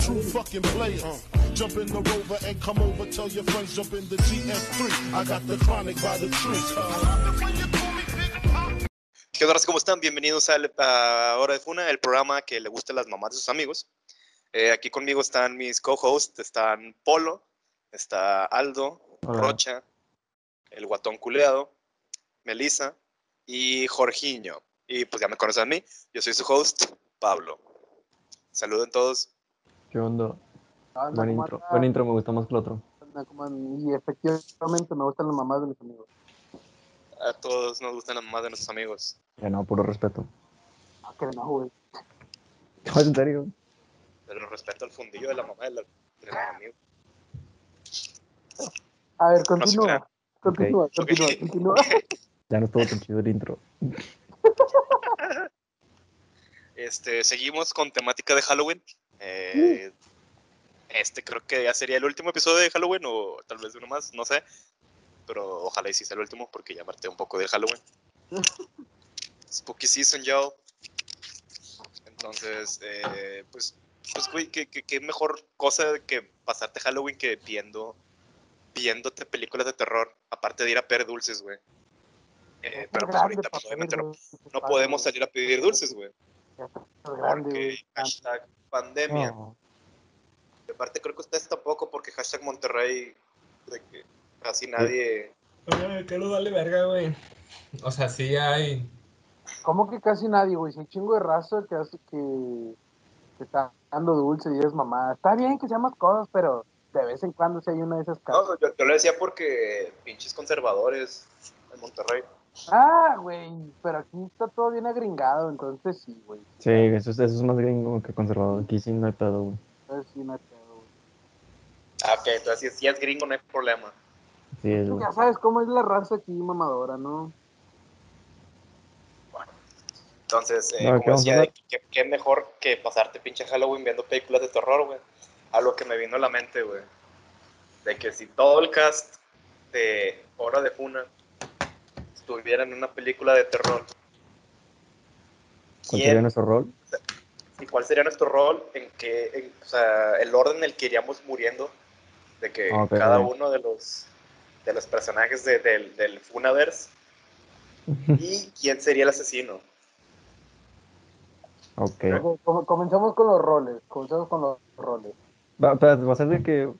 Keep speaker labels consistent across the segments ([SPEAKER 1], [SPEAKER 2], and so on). [SPEAKER 1] true fucking player. Jump in the rover and come over. Tell your friends, jump in the GF3. I got the chronic by the tree.
[SPEAKER 2] ¿Qué onda, raza? ¿Cómo están? Bienvenidos al- a Hora de Funa, el programa que le gusta a las mamás de sus amigos. Eh, aquí conmigo están mis co-hosts, están Polo, está Aldo,
[SPEAKER 3] Hola.
[SPEAKER 2] Rocha, el guatón culeado, Melissa y Jorginho. Y pues ya me conocen a mí, yo soy su host, Pablo. Saluden todos.
[SPEAKER 3] ¿Qué onda?
[SPEAKER 4] Ah, anda
[SPEAKER 3] Buen
[SPEAKER 4] como
[SPEAKER 3] intro.
[SPEAKER 4] anda,
[SPEAKER 3] Buen intro, me gusta más que el otro.
[SPEAKER 4] anda como an- y efectivamente me gustan las mamás de mis amigos.
[SPEAKER 2] A todos nos gustan las mamás de nuestros amigos.
[SPEAKER 3] Ya no, puro respeto.
[SPEAKER 4] Ah, que no, güey.
[SPEAKER 3] No, en serio.
[SPEAKER 2] Pero respeto al fundillo de la mamá de, la, de los amigos.
[SPEAKER 4] A ver,
[SPEAKER 2] No se crean.
[SPEAKER 4] continúa. Continúa, continúa,
[SPEAKER 2] Ok. eh,
[SPEAKER 4] continúa.
[SPEAKER 3] Ya no estuvo tan chido el intro.
[SPEAKER 2] Este, seguimos con temática de Halloween. Eh, Este creo que ya sería el último episodio de Halloween o tal vez uno más, no sé. Pero ojalá y sí sea el último porque ya marté un poco de Halloween. Spooky Season, yo. Entonces, eh, pues, pues güey, ¿qué, qué, qué mejor cosa que pasarte Halloween que viendo, viéndote películas de terror, aparte de ir a pedir dulces, güey. Eh, pero pues ahorita, pues, obviamente no, no podemos salir a pedir dulces, güey. Porque hashtag pandemia.
[SPEAKER 3] No,
[SPEAKER 2] Y aparte creo que ustedes tampoco, porque hashtag Monterrey, de que casi nadie...
[SPEAKER 5] Ay, ¿Qué lo vale verga, güey? O sea, sí hay.
[SPEAKER 4] ¿Cómo que casi nadie, güey? Si hay chingo de raza que hace que, que está dando dulce y es mamá. Está bien que seamos cosas, pero de vez en cuando si hay una de esas casas.
[SPEAKER 2] No, yo, yo lo decía porque pinches conservadores en Monterrey.
[SPEAKER 4] Ah, güey, pero aquí está todo bien agringado, entonces sí, güey.
[SPEAKER 3] Sí, eso es, eso es más gringo que conservador. Aquí sí no hay pedo, güey.
[SPEAKER 4] Entonces sí, no hay pedo, güey.
[SPEAKER 2] Ah, ok, entonces si es, si es gringo no hay problema.
[SPEAKER 3] Sí, es,
[SPEAKER 4] Tú
[SPEAKER 3] güey.
[SPEAKER 4] Ya sabes cómo es la raza aquí, mamadora, ¿no?
[SPEAKER 2] Entonces, eh,
[SPEAKER 3] No,
[SPEAKER 2] como
[SPEAKER 3] ¿qué vamos a
[SPEAKER 2] decía,
[SPEAKER 3] hablar?
[SPEAKER 2] ¿qué, qué mejor que pasarte pinche Halloween viendo películas de terror, güey. A lo que me vino a la mente, güey. De que si todo el cast de Hora de Funa estuviera en una película de terror,
[SPEAKER 3] ¿Cuál sería
[SPEAKER 2] ¿quién-
[SPEAKER 3] nuestro rol?
[SPEAKER 2] ¿y cuál sería nuestro rol? En que, en- o sea, el orden en el que iríamos muriendo, de que
[SPEAKER 3] Ok,
[SPEAKER 2] cada
[SPEAKER 3] ok.
[SPEAKER 2] uno de los, de los personajes de- del, del Funaverse, y quién sería el asesino.
[SPEAKER 3] ok.
[SPEAKER 4] Ok, com- comenzamos con los roles. Comenzamos con los roles.
[SPEAKER 3] Va, espérate, ¿va a ser de que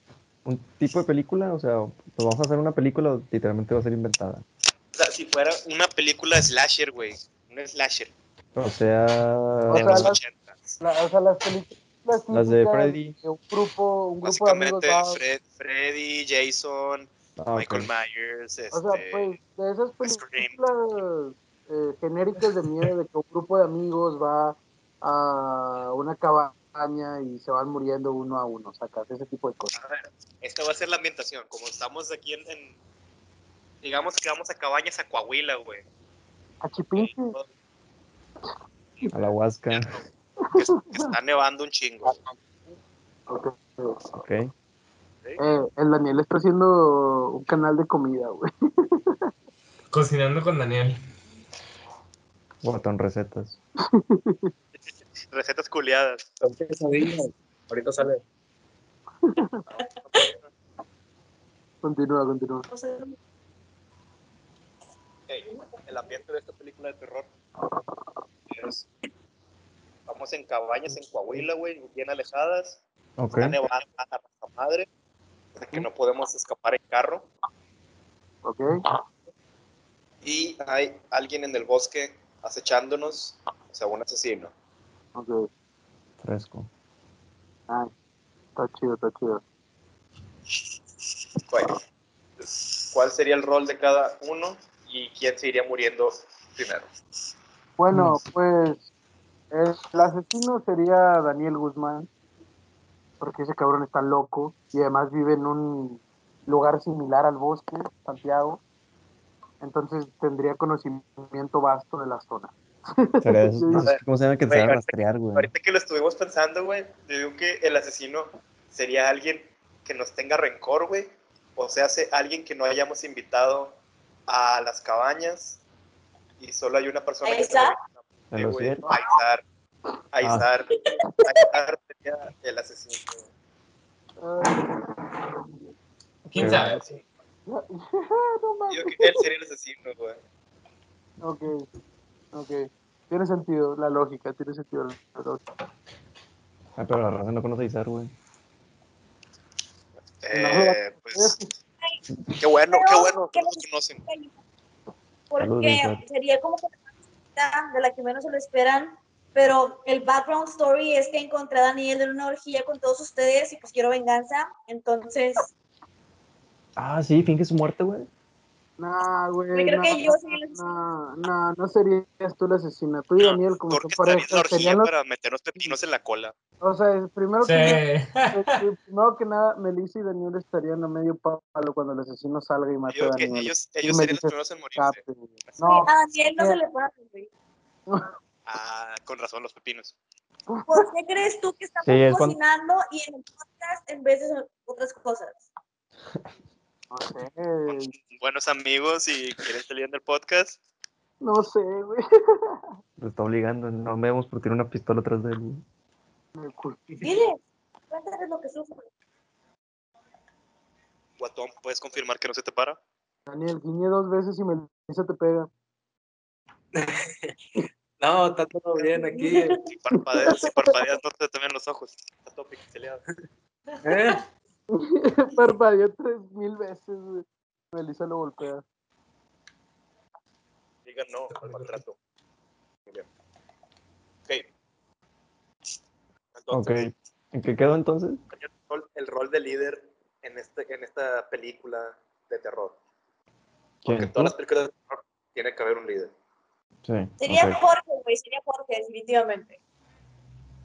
[SPEAKER 3] un tipo de película? O sea, ¿lo vamos a hacer una película o literalmente va a ser inventada?
[SPEAKER 2] O sea, si fuera una película slasher, güey. Un slasher
[SPEAKER 3] O sea...
[SPEAKER 2] de los
[SPEAKER 4] las-
[SPEAKER 2] 80.
[SPEAKER 4] La- o sea, las películas.
[SPEAKER 3] Las de
[SPEAKER 4] típicas
[SPEAKER 3] Freddy.
[SPEAKER 4] que Un grupo, un grupo de amigos.
[SPEAKER 2] Básicamente
[SPEAKER 4] va-
[SPEAKER 2] Fred- Freddy, Jason,
[SPEAKER 3] ah, ok.
[SPEAKER 2] Michael Myers, este,
[SPEAKER 4] o sea, pues, de esas
[SPEAKER 2] Scream.
[SPEAKER 4] películas eh, genéricas de miedo, de que un grupo de amigos va a una cabaña y se van muriendo uno a uno. Sacas ese tipo de cosas.
[SPEAKER 2] A ver, esta va a ser la ambientación. Como estamos aquí en. en- digamos que vamos a cabañas a Coahuila, güey.
[SPEAKER 4] Achipinche.
[SPEAKER 3] A la huasca.
[SPEAKER 2] Está nevando un chingo.
[SPEAKER 4] Ok.
[SPEAKER 3] Ok.
[SPEAKER 4] Eh, el Daniel está haciendo un canal de comida, güey.
[SPEAKER 5] Cocinando con Daniel.
[SPEAKER 3] Botón recetas.
[SPEAKER 2] Recetas culiadas.
[SPEAKER 5] Ahorita sale.
[SPEAKER 4] Continúa, continúa.
[SPEAKER 2] Ey, el ambiente de esta película de terror es. Vamos en cabañas en Coahuila, güey, bien alejadas.
[SPEAKER 3] Ok.
[SPEAKER 2] Está nevando a la raza madre. de Que no podemos escapar en carro.
[SPEAKER 4] Ok.
[SPEAKER 2] y hay alguien en el bosque acechándonos, o sea, un asesino.
[SPEAKER 4] Ok.
[SPEAKER 3] Fresco.
[SPEAKER 4] Ah, está chido, está chido.
[SPEAKER 2] Bueno, ¿Cuál sería el rol de cada uno y quién se iría muriendo primero?
[SPEAKER 4] Bueno, pues el, el asesino sería Daniel Guzmán, porque ese cabrón está loco y además vive en un lugar similar al bosque, Santiago. Entonces tendría conocimiento vasto de la zona.
[SPEAKER 3] Sería de
[SPEAKER 4] A
[SPEAKER 3] esos-
[SPEAKER 2] ver,
[SPEAKER 3] ¿Cómo se llama que te
[SPEAKER 2] güey,
[SPEAKER 3] van a
[SPEAKER 2] ahorita-
[SPEAKER 3] rastrear, güey?
[SPEAKER 2] Ahorita que lo estuvimos pensando, güey, yo digo que el asesino sería alguien que nos tenga rencor, güey, o sea, se- alguien que no hayamos invitado a las cabañas y solo hay una persona que
[SPEAKER 6] ¿Paisa?
[SPEAKER 2] tenga-
[SPEAKER 3] A los
[SPEAKER 2] güey,
[SPEAKER 3] cien.
[SPEAKER 2] paisar.
[SPEAKER 4] Ah.
[SPEAKER 2] Aizar. Aizar sería el asesino.
[SPEAKER 4] Ay,
[SPEAKER 3] Pero-
[SPEAKER 5] ¿Quién sabe? Sí.
[SPEAKER 4] no no
[SPEAKER 2] Yo
[SPEAKER 4] mames.
[SPEAKER 2] creo que él sería el asesino, güey.
[SPEAKER 4] Ok, ok. Tiene sentido la lógica, tiene sentido la lógica.
[SPEAKER 3] Ah, pero la raza no conoce a Izar, güey.
[SPEAKER 2] Eh, pues. Qué bueno, qué bueno que no lo conocen.
[SPEAKER 3] Saludos,
[SPEAKER 6] Porque
[SPEAKER 3] Isaac.
[SPEAKER 6] sería como que la más chiquita, de la que menos se lo esperan. Pero el background story es que encontré a Daniel en una orgía con todos ustedes y pues quiero venganza. Entonces,
[SPEAKER 3] Ah, sí, finge su muerte, güey.
[SPEAKER 4] Nah, güey.
[SPEAKER 6] Yo creo
[SPEAKER 4] nah,
[SPEAKER 6] que yo soy el
[SPEAKER 4] nah, nah, no serías tú la asesina. Tú y Daniel, como son
[SPEAKER 2] Porque está bien
[SPEAKER 4] pareja,
[SPEAKER 2] la orgía
[SPEAKER 4] serían los-
[SPEAKER 2] para meternos pepinos en la cola.
[SPEAKER 4] O sea, eh, primero
[SPEAKER 5] Sí.
[SPEAKER 4] que eh, Primero que nada, Melissa y Daniel estarían a medio palo cuando el asesino salga y mate a
[SPEAKER 2] Ellos, que
[SPEAKER 4] Daniel.
[SPEAKER 2] ellos, ellos
[SPEAKER 4] me
[SPEAKER 2] serían los
[SPEAKER 4] dices,
[SPEAKER 2] primeros en morirse.
[SPEAKER 4] Escape.
[SPEAKER 6] a
[SPEAKER 4] No,
[SPEAKER 6] Daniel no se le puede ocurrir.
[SPEAKER 2] Ah, con razón los pepinos.
[SPEAKER 6] ¿Por qué crees tú que estamos
[SPEAKER 3] Sí, es cuando-
[SPEAKER 6] cocinando y en el podcast en vez de otras cosas?
[SPEAKER 4] no sé.
[SPEAKER 2] Buenos amigos, y quieren salir del podcast,
[SPEAKER 4] No sé, güey.
[SPEAKER 3] Lo está obligando, no me vemos por tirar una pistola atrás de él. güey.
[SPEAKER 4] Me culpé.
[SPEAKER 6] Dile, cuéntales lo que sufre.
[SPEAKER 2] Guatón, ¿puedes confirmar que no se te para?
[SPEAKER 4] Daniel, guiñé dos veces y Melissa te pega.
[SPEAKER 7] No, está todo bien aquí. ¿eh?
[SPEAKER 2] Si parpadeas, si parpadeas no te ven los ojos. Está todo pixeleado.
[SPEAKER 7] ¿eh?
[SPEAKER 4] Parpadeó tres mil veces, güey. Melissa lo golpea.
[SPEAKER 2] Diga no al maltrato. Muy bien. Ok.
[SPEAKER 3] Ok.
[SPEAKER 2] Entonces,
[SPEAKER 3] ¿En qué quedó entonces?
[SPEAKER 2] el rol- el rol de líder en, este, en esta película de terror. Porque en
[SPEAKER 3] ¿Quién?
[SPEAKER 2] todas las películas de terror tiene que haber un líder.
[SPEAKER 3] Sí.
[SPEAKER 6] Sería
[SPEAKER 3] ok.
[SPEAKER 6] Jorge, güey, sería Jorge, definitivamente.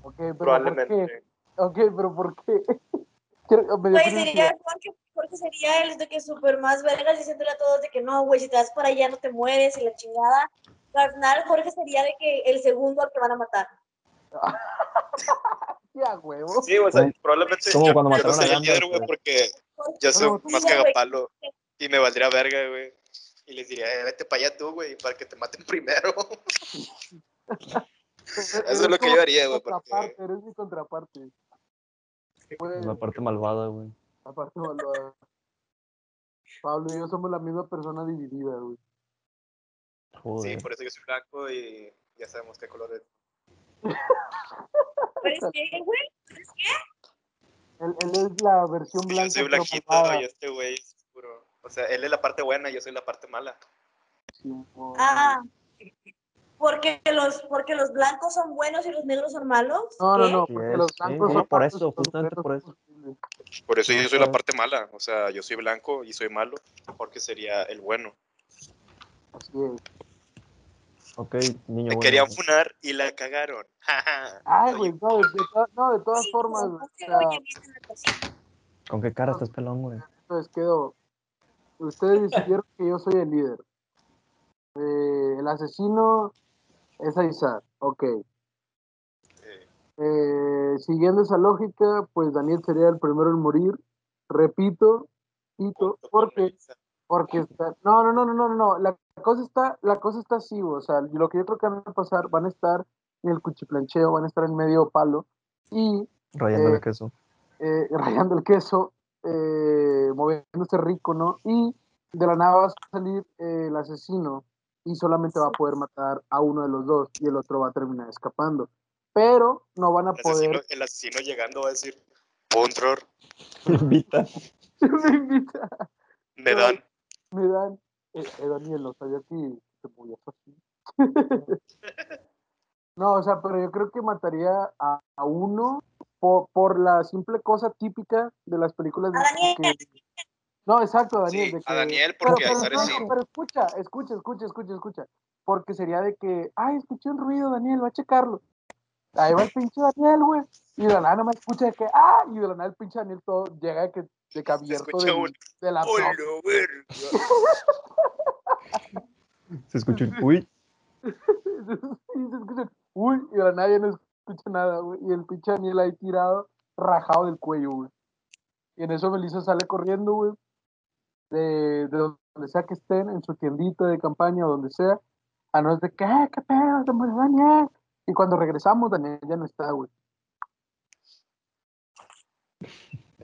[SPEAKER 4] Ok, pero ¿por qué?
[SPEAKER 2] Probablemente.
[SPEAKER 4] Ok, pero ¿por qué? Quiero- me dio
[SPEAKER 6] Güey,
[SPEAKER 4] curiosidad.
[SPEAKER 6] sería Jorge, Jorge sería el de que super más vergas diciéndole a todos de que no, güey, si te vas para allá no te mueres y la chingada. Carnal, Jorge sería de que el segundo al que van a matar.
[SPEAKER 4] Ya, huevo.
[SPEAKER 2] Sí, o sea, probablemente.
[SPEAKER 3] Como
[SPEAKER 2] yo-
[SPEAKER 3] cuando
[SPEAKER 2] yo
[SPEAKER 3] mataron a
[SPEAKER 2] sería
[SPEAKER 3] Gandalf,
[SPEAKER 2] líder, güey,
[SPEAKER 3] güey.
[SPEAKER 2] porque
[SPEAKER 6] Jorge
[SPEAKER 2] yo soy
[SPEAKER 4] Bueno,
[SPEAKER 2] más
[SPEAKER 6] sí, güey.
[SPEAKER 2] cagapalo y me valdría verga, güey. Y les diría, "Eh, vete para allá tú, güey, para que te maten primero.
[SPEAKER 4] Eso
[SPEAKER 2] es lo que yo haría, güey, porque-
[SPEAKER 4] Contraparte, eres mi contraparte. Güey,
[SPEAKER 3] Es La parte malvada, güey.
[SPEAKER 4] Aparte, malvada. Pablo y yo somos la misma persona dividida, güey.
[SPEAKER 2] Sí,
[SPEAKER 3] Joder.
[SPEAKER 2] por eso yo soy blanco y ya sabemos qué color es.
[SPEAKER 6] ¿Pero es que, güey?
[SPEAKER 4] Él, él es la versión
[SPEAKER 2] Yo
[SPEAKER 4] blanca.
[SPEAKER 2] soy
[SPEAKER 4] pero
[SPEAKER 2] blanquito
[SPEAKER 4] malvada,
[SPEAKER 2] y este güey es puro. O sea, él es la parte buena y yo soy la parte mala.
[SPEAKER 4] Simón.
[SPEAKER 6] Ah, porque los, porque los blancos son buenos y los negros son malos.
[SPEAKER 2] Ah,
[SPEAKER 4] No, no,
[SPEAKER 6] ¿Qué?
[SPEAKER 3] Sí,
[SPEAKER 4] no, porque
[SPEAKER 3] es,
[SPEAKER 4] los
[SPEAKER 3] sí,
[SPEAKER 4] blancos
[SPEAKER 3] sí,
[SPEAKER 4] son
[SPEAKER 3] por
[SPEAKER 4] partos
[SPEAKER 3] eso,
[SPEAKER 4] y los
[SPEAKER 3] justamente
[SPEAKER 4] negros
[SPEAKER 3] por
[SPEAKER 4] son
[SPEAKER 3] eso.
[SPEAKER 4] posibles.
[SPEAKER 2] Por eso yo soy
[SPEAKER 3] Ah.
[SPEAKER 2] la parte mala. O sea, yo soy blanco y soy malo. Porque sería el bueno.
[SPEAKER 4] Así es.
[SPEAKER 3] Ok, niño.
[SPEAKER 2] Me
[SPEAKER 3] bueno,
[SPEAKER 2] querían
[SPEAKER 3] güey.
[SPEAKER 2] funar y la cagaron. Jaja.
[SPEAKER 4] Ay,
[SPEAKER 2] Oye,
[SPEAKER 4] güey, no, de, de to- no, de todas
[SPEAKER 6] Sí,
[SPEAKER 4] formas,
[SPEAKER 6] pues,
[SPEAKER 4] güey, o
[SPEAKER 6] entonces,
[SPEAKER 4] sea,
[SPEAKER 6] oye, viste la cosa.
[SPEAKER 3] ¿Con qué cara estás pelón, güey?
[SPEAKER 4] entonces quedó. Ustedes decidieron que yo soy el líder. Eh, el asesino es Aizar, ok.
[SPEAKER 2] eh,
[SPEAKER 4] Eh, siguiendo esa lógica, pues Daniel sería el primero en morir. Repito, Tito,
[SPEAKER 2] junto con
[SPEAKER 4] porque
[SPEAKER 2] Melissa.
[SPEAKER 4] Porque está. No, no, no, no, no, no, no. La cosa está, la cosa está así, güey. o sea, lo que yo creo que van a pasar, van a estar en el cuchiplancheo, van a estar en medio palo y
[SPEAKER 3] Rayándole
[SPEAKER 4] Eh,
[SPEAKER 3] queso.
[SPEAKER 4] eh, rayando el queso, eh, moviéndose rico, ¿no? Y de la nada va a salir eh, el asesino y solamente va a poder matar a uno de los dos y el otro va a terminar escapando. Pero no van a
[SPEAKER 2] El asesino,
[SPEAKER 4] poder.
[SPEAKER 2] el asesino llegando va a decir: Pontror,
[SPEAKER 3] Invita.
[SPEAKER 4] me invita,
[SPEAKER 2] me dan.
[SPEAKER 4] me dan. Eh, eh, Daniel, o sea, yo aquí te voy a así. No, o sea, pero yo creo que mataría a, a uno po- por, la simple cosa típica de las películas. de-
[SPEAKER 6] A Daniel.
[SPEAKER 4] que- No, exacto, a Daniel.
[SPEAKER 2] Sí,
[SPEAKER 4] de
[SPEAKER 2] a
[SPEAKER 4] que-
[SPEAKER 2] Daniel,
[SPEAKER 4] pero-
[SPEAKER 2] porque
[SPEAKER 4] pero,
[SPEAKER 2] Aizar
[SPEAKER 4] no,
[SPEAKER 2] es
[SPEAKER 4] no,
[SPEAKER 2] sí.
[SPEAKER 4] pero escucha, escucha, escucha, escucha, escucha. Porque sería de que, ay, escuché un ruido, Daniel, va a checarlo. Ahí va el pinche Daniel, güey. Y de la nada nomás escucha de que, ah, y de la nada el pinche Daniel todo llega de que, de que abierto
[SPEAKER 2] Escucha
[SPEAKER 4] de,
[SPEAKER 2] un-
[SPEAKER 4] de la
[SPEAKER 2] ¡Hola, verga!
[SPEAKER 3] Se escucha un uy.
[SPEAKER 4] y se escucha, uy, y de la nada ya no escucha nada, güey. Y el pinche Daniel ahí tirado, rajado del cuello, güey. Y en eso Melissa sale corriendo, güey. De, de donde sea que "Eh, estén, en su tiendita de campaña o donde sea. A no ser de que, "Ah, qué pedo, se murió Daniel. Y Y cuando regresamos, Daniel ya no está, güey.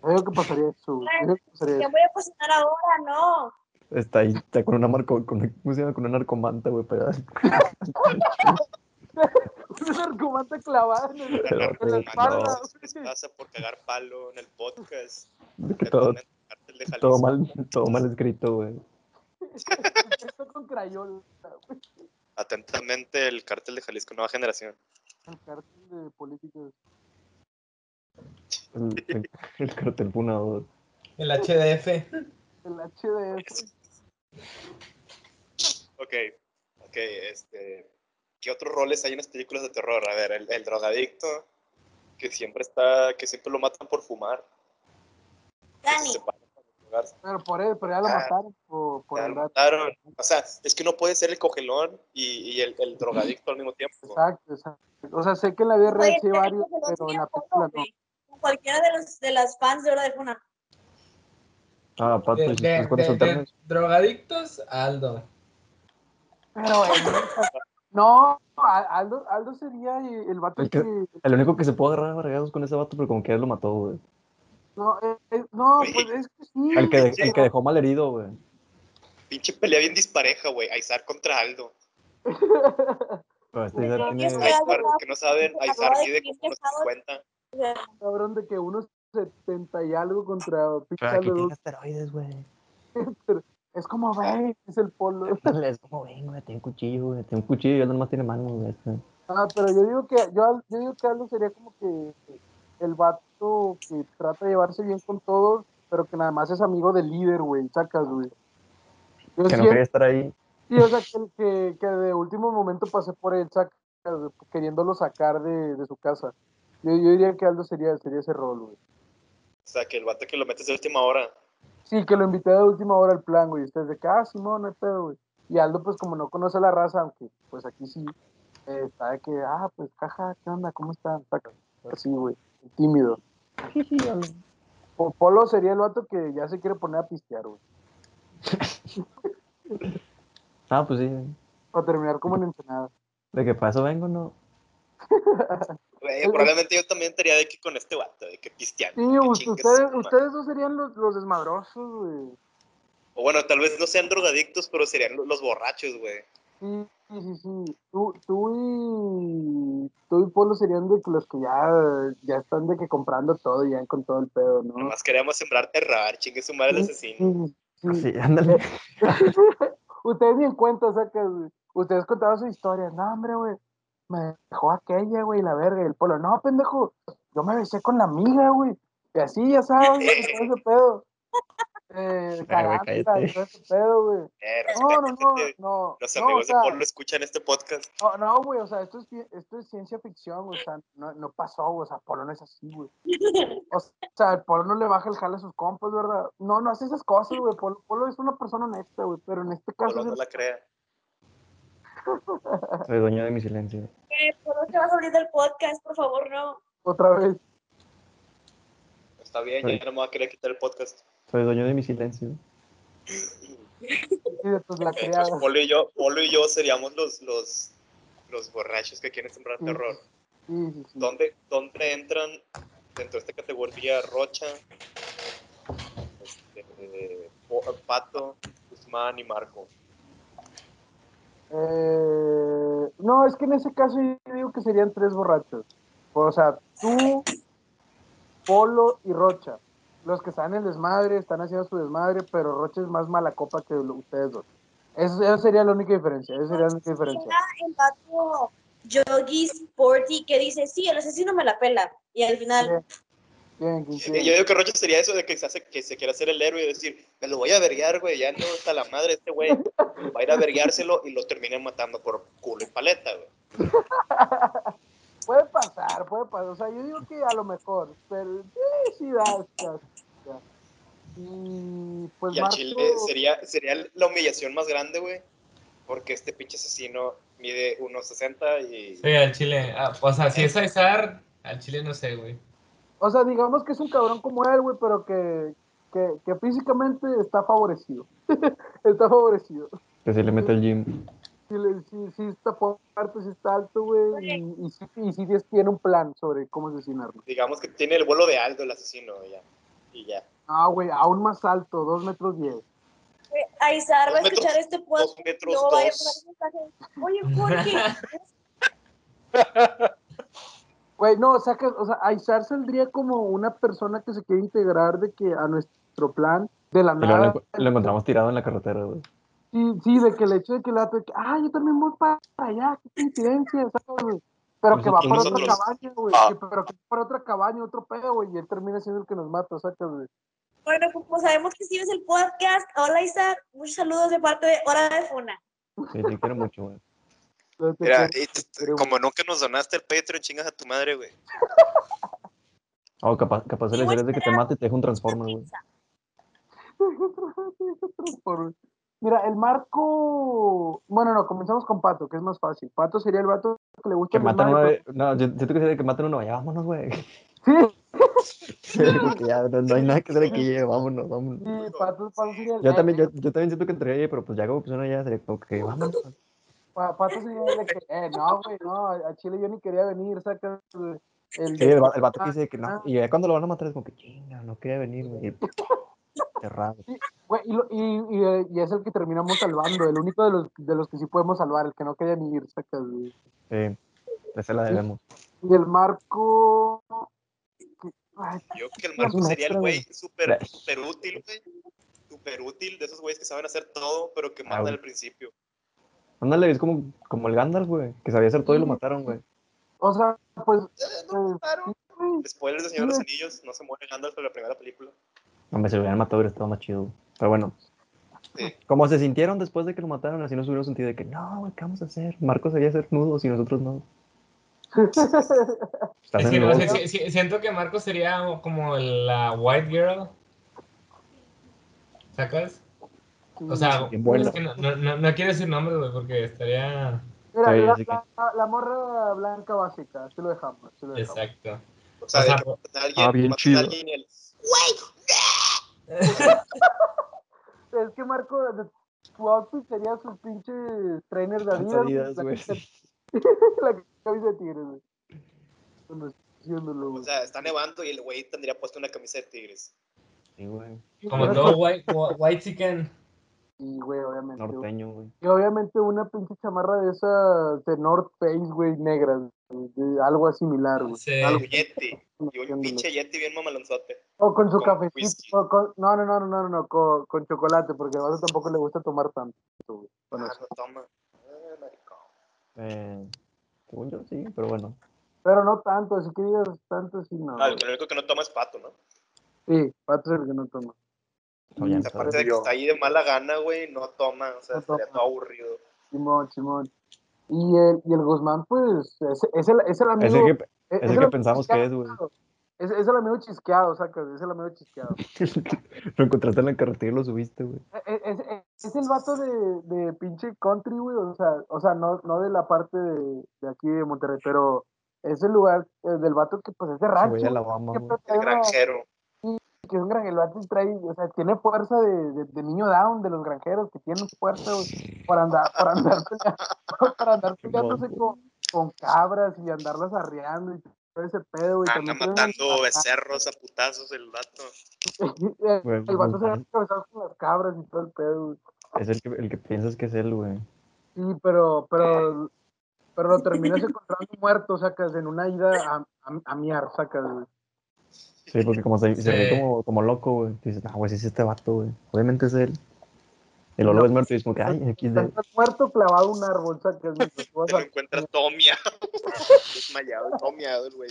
[SPEAKER 4] Creo que pasaría eso. güey. Creo que pasaría
[SPEAKER 6] ¿Qué
[SPEAKER 4] eso.
[SPEAKER 6] voy a cocinar ahora? No.
[SPEAKER 3] Está ahí, está con una marco, con una, ¿cómo se llama? Con una narcomanta, güey, pegada.
[SPEAKER 4] Un argumento clavado en el-
[SPEAKER 3] Pero,
[SPEAKER 4] en la
[SPEAKER 3] güey,
[SPEAKER 4] espalda. güey.
[SPEAKER 2] Pasa por cagar palo en el podcast.
[SPEAKER 3] de que
[SPEAKER 2] te
[SPEAKER 3] todo,
[SPEAKER 2] ponen el cartel de Jalisco.
[SPEAKER 3] todo mal, todo mal escrito, güey.
[SPEAKER 4] Esto con crayola, güey.
[SPEAKER 2] Atentamente, el cartel de Jalisco Nueva Generación.
[SPEAKER 4] El cartel de políticos.
[SPEAKER 3] El, el, el cartel punador.
[SPEAKER 5] El HDF.
[SPEAKER 4] El HDF.
[SPEAKER 2] Pues, Ok, ok, este. ¿Qué otros roles hay en las películas de terror? A ver, el, el drogadicto, que siempre está, que siempre lo matan por fumar. que se
[SPEAKER 6] Dani,
[SPEAKER 2] separa para drogarse.
[SPEAKER 4] Pero por él, pero ya lo
[SPEAKER 2] Ah,
[SPEAKER 4] mataron por, por
[SPEAKER 2] Ya lo
[SPEAKER 4] andar.
[SPEAKER 2] mataron. O sea, es que no puede ser el cogelón y, y el, el drogadicto al mismo tiempo.
[SPEAKER 4] Exacto, exacto. O sea, sé que en la vida real
[SPEAKER 6] oye,
[SPEAKER 4] sí hay
[SPEAKER 6] te
[SPEAKER 4] varios,
[SPEAKER 6] digo que no
[SPEAKER 4] pero en
[SPEAKER 6] tenía
[SPEAKER 4] la
[SPEAKER 6] foto,
[SPEAKER 4] película no.
[SPEAKER 6] güey. Con Cualquiera de, los, de las fans de Hora de Funa.
[SPEAKER 3] Ah, pato,
[SPEAKER 5] De,
[SPEAKER 3] pues,
[SPEAKER 5] de-
[SPEAKER 3] pues, cuando
[SPEAKER 5] de-
[SPEAKER 3] soltaron-
[SPEAKER 5] de drogadictos, Aldo.
[SPEAKER 4] Pero eh, no, A- Aldo, Aldo sería el vato este,
[SPEAKER 3] El
[SPEAKER 4] que...
[SPEAKER 3] que- El único que se puede agarrar a vergazos con ese vato, pero como que ya lo mató, güey.
[SPEAKER 4] No, eh, eh, no
[SPEAKER 2] Güey.
[SPEAKER 4] pues es que sí.
[SPEAKER 3] El que, de-
[SPEAKER 2] Sí.
[SPEAKER 3] el que dejó mal herido, güey.
[SPEAKER 2] Pinche pelea bien dispareja, güey. Aizar contra Aldo.
[SPEAKER 3] Pero este
[SPEAKER 6] Pero
[SPEAKER 3] ya
[SPEAKER 6] es
[SPEAKER 3] tiene-
[SPEAKER 6] que-
[SPEAKER 2] Aizar, los que no saben, Aizar
[SPEAKER 6] Acaba de
[SPEAKER 2] mide como unos
[SPEAKER 6] decir que Jado-
[SPEAKER 2] 50.
[SPEAKER 6] O sea,
[SPEAKER 4] Cabrón de que unos 70 y algo contra
[SPEAKER 3] Pero aquí
[SPEAKER 4] Pixar
[SPEAKER 3] Ah, tiene esteroides, güey.
[SPEAKER 4] Es como, güey, es el polo.
[SPEAKER 3] Es como ven, güey, tiene un cuchillo, güey. Tiene un cuchillo y él nomás tiene manos, güey. este.
[SPEAKER 4] Ah, pero yo digo que yo, al- yo digo que Aldo sería como que el vato que trata de llevarse bien con todos, pero que nada más es amigo del líder, güey, sacas, güey.
[SPEAKER 3] Que
[SPEAKER 4] Yo
[SPEAKER 3] no
[SPEAKER 4] siento-
[SPEAKER 3] quería estar ahí.
[SPEAKER 4] sí, o sea, que, que, que de último momento pasé por él, sacas, güey, queriéndolo sacar de, de su casa. Yo, yo diría que Aldo sería, sería ese rol, güey.
[SPEAKER 2] O sea, que el vato que lo metes de última hora.
[SPEAKER 4] Sí, que lo invité de última hora al plan, güey. Ustedes de que, ah, Simón, no hay pedo, güey. Y Aldo, pues, como no conoce la raza, aunque, pues, aquí sí, eh, está de que, ah, pues, caja, ¿qué onda? ¿Cómo están? Saca. Así, güey, tímido. O Polo sería el vato que ya se quiere poner a pistear, güey.
[SPEAKER 3] Ah, pues sí.
[SPEAKER 4] Para terminar como en Ensenada.
[SPEAKER 3] De que para eso vengo, ¿no?
[SPEAKER 2] Güey,
[SPEAKER 4] El-
[SPEAKER 2] probablemente yo también estaría de que con este vato, de que pisteando.
[SPEAKER 4] Sí,
[SPEAKER 2] que
[SPEAKER 4] u-
[SPEAKER 2] chingue su
[SPEAKER 4] ustedes,
[SPEAKER 2] madre.
[SPEAKER 4] ustedes dos serían los, los desmadrosos, güey.
[SPEAKER 2] O bueno, tal vez no sean drogadictos, pero serían lo- los borrachos, güey.
[SPEAKER 4] Sí, sí, sí, sí. Tú, tú y, tú y Polo serían de que los que ya, ya están de que comprando todo y ya con todo el pedo, ¿no?
[SPEAKER 2] Nomás queríamos sembrar terrar, chingue su madre el asesino.
[SPEAKER 4] Sí, sí.
[SPEAKER 3] Sí, ándale.
[SPEAKER 4] Ustedes ni en cuenta, o sea, que güey, ustedes contaban sus historias. No, hombre, güey, me dejó aquella, güey, la verga, y el polo. No, pendejo, yo me besé con la amiga, güey. Y así, ya sabes, güey, todo ese pedo. Eh,
[SPEAKER 3] güey,
[SPEAKER 4] caramba,
[SPEAKER 3] cállate.
[SPEAKER 4] todo ese pedo, güey.
[SPEAKER 2] Eh,
[SPEAKER 4] No, no,
[SPEAKER 2] respétate.
[SPEAKER 4] no, no.
[SPEAKER 2] Los
[SPEAKER 4] no,
[SPEAKER 2] amigos
[SPEAKER 4] o sea,
[SPEAKER 2] de Polo escuchan este podcast.
[SPEAKER 4] No, no, güey, o sea, esto es, fi- esto es ciencia ficción, güey, o sea, no, no pasó, güey, o sea, Polo no es así, güey. O sea, el Polo no le baja el jale a sus compas, ¿verdad? No, no hace esas cosas, güey, Polo, Polo es una persona honesta, güey, pero en este caso...
[SPEAKER 2] Polo
[SPEAKER 4] es
[SPEAKER 2] no
[SPEAKER 4] el-
[SPEAKER 2] la crea.
[SPEAKER 3] Soy dueño de mi silencio.
[SPEAKER 6] eh, ¿Por dónde vas a salir del podcast? Por favor, no.
[SPEAKER 4] Otra vez.
[SPEAKER 2] Está bien,
[SPEAKER 3] Sí.
[SPEAKER 2] ya no me va a querer quitar el podcast.
[SPEAKER 3] Soy dueño de mi silencio.
[SPEAKER 4] Sí, de tus
[SPEAKER 2] Eh, pues,
[SPEAKER 4] lacreadas.
[SPEAKER 2] Polo y yo, Polo y yo seríamos los, los, los borrachos que quieren sembrar
[SPEAKER 4] Sí.
[SPEAKER 2] terror.
[SPEAKER 4] Sí, sí, sí.
[SPEAKER 2] ¿Dónde, ¿Dónde entran dentro de esta categoría Rocha, este, eh, Po- Pato, Guzmán y Marco?
[SPEAKER 4] Eh, no, es que en ese caso yo digo que serían tres borrachos. O sea, tú, Polo y Rocha. Los que están en el desmadre, están haciendo su desmadre, pero Rocha es más mala copa que lo- ustedes dos. Esa esa sería la única diferencia. Esa sería la única diferencia.
[SPEAKER 6] Era el vato Yogi Sporty que dice, sí, el asesino me la pela. Y al final,
[SPEAKER 4] Bien, bien,
[SPEAKER 2] Yo
[SPEAKER 4] bien.
[SPEAKER 2] digo que Rocha sería eso de que se, hace, que se quiere hacer el héroe y decir, me lo voy a verguear, güey, ya no está la madre este güey. Va a ir a vergueárselo y lo terminan matando por culo y paleta, güey.
[SPEAKER 4] Puede pasar, puede pasar. O sea, yo digo que a lo mejor, pero sí, sí da. da- da. Y pues
[SPEAKER 2] Y al
[SPEAKER 4] Marco-
[SPEAKER 2] Chile sería, sería la humillación más grande, güey. Porque este pinche asesino mide 1.60 y...
[SPEAKER 5] Sí, al chile. Ah, o sea, si es César, al chile no sé, güey.
[SPEAKER 4] O sea, digamos que es un cabrón como él, güey, pero que, que, que físicamente está favorecido. está favorecido.
[SPEAKER 3] Que si le mete el gym.
[SPEAKER 4] sí, le- sí, sí está fuerte, sí está alto, güey. Y, y, sí- y sí Dios tiene un plan sobre cómo asesinarlo.
[SPEAKER 2] Digamos que tiene el vuelo de Aldo el asesino, ya. Y ya.
[SPEAKER 4] Ah, güey, aún más alto, dos metros diez.
[SPEAKER 6] Aizar va a
[SPEAKER 2] Dos metros,
[SPEAKER 6] escuchar este
[SPEAKER 2] Dos
[SPEAKER 6] podcast.
[SPEAKER 2] metros,
[SPEAKER 6] No vaya a mandar
[SPEAKER 2] dos.
[SPEAKER 6] un mensaje. Oye, Jorge,
[SPEAKER 4] Güey, no, sacas, o sea, Aizar saldría como una persona que se quiere integrar de que a nuestro plan de la
[SPEAKER 3] Y luego
[SPEAKER 4] nada.
[SPEAKER 3] lo, lo encontramos tirado en la carretera, güey.
[SPEAKER 4] Sí, sí, de que el hecho de que el vato, de que, ah, yo también voy para allá, qué coincidencia, ¿sabes, güey? Pero que va para
[SPEAKER 3] Pues Nosotros.
[SPEAKER 4] otra cabaña, güey.
[SPEAKER 2] Ah.
[SPEAKER 4] que- Pero que va para otra cabaña, otro pedo, güey. Y él termina siendo el que nos mata, sacas, güey.
[SPEAKER 6] Bueno, como sabemos que sigues el podcast, hola Isaac, muchos saludos de parte de Hora de Funa.
[SPEAKER 3] Sí, te quiero mucho, güey.
[SPEAKER 4] Entonces,
[SPEAKER 3] Pues
[SPEAKER 2] Mira,
[SPEAKER 4] que-
[SPEAKER 2] y t- t- como nunca nos donaste el Patreon, chingas a tu madre, güey.
[SPEAKER 3] O Oh, capaz, capaz el
[SPEAKER 6] Igual
[SPEAKER 3] deseo es de que te
[SPEAKER 6] esperamos
[SPEAKER 3] mate y te deje un transformer, güey.
[SPEAKER 4] Por- Mira, el marco. Bueno, no, comenzamos con Pato, que es más fácil. Pato sería el vato que le gusta
[SPEAKER 3] Que
[SPEAKER 4] el
[SPEAKER 3] matan uno
[SPEAKER 4] desmadre,
[SPEAKER 3] de... No, yo, yo te quisiera que matan uno, ya vámonos, güey.
[SPEAKER 4] pero- Sí,
[SPEAKER 3] Sí, porque ya no, no hay nada que hacer aquí, ya, vámonos, vámonos.
[SPEAKER 4] sí, Pato, Pato sería el.
[SPEAKER 3] Yo también, yo, yo también siento que entré ahí, pero pues ya como persona ya sería como que vámonos.
[SPEAKER 4] Pa- Pato sería el de que, eh, no, güey, no, a Chile yo ni quería venir, saca. El, Ah,
[SPEAKER 3] Sí, el, va- el vato
[SPEAKER 5] Ah,
[SPEAKER 3] que dice que no. Y ya cuando lo van a matar es como que chinga, no quería venir, güey. Cerrado.
[SPEAKER 4] Güey, y, lo- y- y, eh, y es el que terminamos salvando, el único de los, de los que sí podemos salvar, el que no quería ni ir, saca. güey.
[SPEAKER 3] Sí, eh, esa la debemos.
[SPEAKER 4] Y el marco. Ay,
[SPEAKER 2] Yo creo que el
[SPEAKER 3] No,
[SPEAKER 2] Marco
[SPEAKER 3] no,
[SPEAKER 2] sería el
[SPEAKER 3] pero-
[SPEAKER 2] güey súper,
[SPEAKER 3] Ay.
[SPEAKER 2] súper útil, güey. Súper útil, de esos güeyes que saben hacer todo, pero que
[SPEAKER 3] güey.
[SPEAKER 2] matan al principio.
[SPEAKER 3] Ándale, es como, como el Gandalf, güey, que sabía hacer todo y lo mataron, güey.
[SPEAKER 4] o sea, pues.
[SPEAKER 2] Eh, no
[SPEAKER 4] pues,
[SPEAKER 2] mataron.
[SPEAKER 4] güey,
[SPEAKER 2] Spoilers de Señor de los Anillos, no se muere Gandalf en la primera película.
[SPEAKER 3] Hombre, se lo hubieran matado, hubiera estado más chido. güey. Pero bueno,
[SPEAKER 2] Sí.
[SPEAKER 3] como se sintieron después de que lo mataron, así nos hubieran sentido de que no, güey, ¿qué vamos a hacer? Marco sería hacer nudos y nosotros no. Estás
[SPEAKER 5] Es que
[SPEAKER 3] en
[SPEAKER 5] no
[SPEAKER 3] el
[SPEAKER 5] sé,
[SPEAKER 3] bosque.
[SPEAKER 5] si- si- siento que Marco sería como la white girl. ¿Sacas? O sea,
[SPEAKER 3] Bien buena.
[SPEAKER 5] es que no, no, no- no quiero decir nombres, güey, porque estaría...
[SPEAKER 4] Mira,
[SPEAKER 3] Sí,
[SPEAKER 4] la,
[SPEAKER 3] sí que-
[SPEAKER 4] la- la morra blanca básica, así lo dejamos. así lo dejamos.
[SPEAKER 5] Exacto.
[SPEAKER 2] O sea,
[SPEAKER 5] O
[SPEAKER 2] de
[SPEAKER 5] sea,
[SPEAKER 2] que matan a alguien,
[SPEAKER 3] ah, bien
[SPEAKER 2] matan
[SPEAKER 3] chido.
[SPEAKER 2] a alguien y el-
[SPEAKER 4] Es que Marco, de- tu outfit sería sus pinches trainers de Adidas.
[SPEAKER 3] Adidas,
[SPEAKER 4] la,
[SPEAKER 3] güey.
[SPEAKER 4] camisa- la camisa de tigres, güey. Conociéndolo,
[SPEAKER 2] O
[SPEAKER 4] güey.
[SPEAKER 2] sea, está nevando y el güey tendría puesto una camisa de tigres.
[SPEAKER 3] Sí, güey.
[SPEAKER 5] Como todo white, white chicken.
[SPEAKER 4] Y, güey, obviamente. güey.
[SPEAKER 3] Norteño, güey.
[SPEAKER 4] Y obviamente una pinche chamarra de esas de North Face, güey, negras. güey, de algo similar, güey.
[SPEAKER 5] Sí.
[SPEAKER 3] Ah,
[SPEAKER 4] Algo
[SPEAKER 2] Un yeti. Y un
[SPEAKER 4] conociéndolo.
[SPEAKER 2] pinche yeti bien mamalonzote.
[SPEAKER 4] O con su
[SPEAKER 2] con
[SPEAKER 4] cafecito.
[SPEAKER 2] whisky.
[SPEAKER 4] o con- no, no, no, no, no, no, con, con chocolate, porque a vato tampoco le gusta tomar tanto, güey. Con
[SPEAKER 2] Ah,
[SPEAKER 4] eso.
[SPEAKER 2] no toma. Ah, maricón.
[SPEAKER 3] Eh, según yo, sí, pero bueno.
[SPEAKER 4] Pero no tanto, así que digas tanto, sí, no.
[SPEAKER 2] Ah,
[SPEAKER 4] güey.
[SPEAKER 2] el único que no toma es pato, ¿no?
[SPEAKER 4] Sí, Pato es el que no toma.
[SPEAKER 3] No, ya
[SPEAKER 2] O
[SPEAKER 3] no
[SPEAKER 2] sea,
[SPEAKER 3] sabes.
[SPEAKER 2] aparte de que
[SPEAKER 4] Yo.
[SPEAKER 2] está ahí de mala gana, güey, no toma, o sea,
[SPEAKER 4] No
[SPEAKER 2] estaría
[SPEAKER 4] toma.
[SPEAKER 2] todo aburrido.
[SPEAKER 4] Simón, Simón. Y el, y el Guzmán, pues, es, es el, es el
[SPEAKER 3] Es
[SPEAKER 4] amigo.
[SPEAKER 3] el que, es el
[SPEAKER 4] es- es
[SPEAKER 3] que
[SPEAKER 4] amigo
[SPEAKER 3] pensamos que es,
[SPEAKER 4] chisqueado,
[SPEAKER 3] güey.
[SPEAKER 4] Es, es el amigo chisqueado, sacas, es el amigo chisqueado.
[SPEAKER 3] lo encontraste en la carretera y lo subiste, güey.
[SPEAKER 4] Es, e, es, es- es el vato de, de pinche country, güey, o sea, o sea no, no de la parte de, de aquí de Monterrey, pero es el lugar eh, del vato que, pues, es de
[SPEAKER 3] Se
[SPEAKER 4] rancho.
[SPEAKER 3] voy a
[SPEAKER 4] güey,
[SPEAKER 3] Alabama,
[SPEAKER 4] que,
[SPEAKER 3] güey.
[SPEAKER 2] El
[SPEAKER 4] trae una-
[SPEAKER 2] granjero.
[SPEAKER 4] que es un granjero, el vato trae, o sea, tiene fuerza de, de- de niño down, de los granjeros, que tienen fuerza, güey, para andar, para andar, pelea- para andar peleándose con, con cabras y andarlas arriando y todo ese pedo, güey.
[SPEAKER 2] Anda
[SPEAKER 4] también tiene-
[SPEAKER 2] matando becerros a putazos el vato.
[SPEAKER 4] El, el vato se da
[SPEAKER 3] Güey.
[SPEAKER 4] cabezazo con las cabras y todo el pedo, güey.
[SPEAKER 3] Es el que, el que piensas que es él, güey.
[SPEAKER 4] Sí, pero, pero, pero lo terminas encontrando muerto, sacas, en una ida a, a, a miar, sacas, güey.
[SPEAKER 3] Sí, porque como se, se ve
[SPEAKER 5] Sí.
[SPEAKER 3] como, como loco, güey. Dices, no, güey, sí es este vato, güey. Obviamente es él. Y luego
[SPEAKER 4] No.
[SPEAKER 3] lo ves muerto y es como que, ay, aquí es de...
[SPEAKER 4] Estás muerto clavado a un árbol, sacas, mientras tú
[SPEAKER 2] Se
[SPEAKER 4] vas
[SPEAKER 2] lo
[SPEAKER 4] a
[SPEAKER 2] encuentra todo miado. Desmayado, todo miado el güey.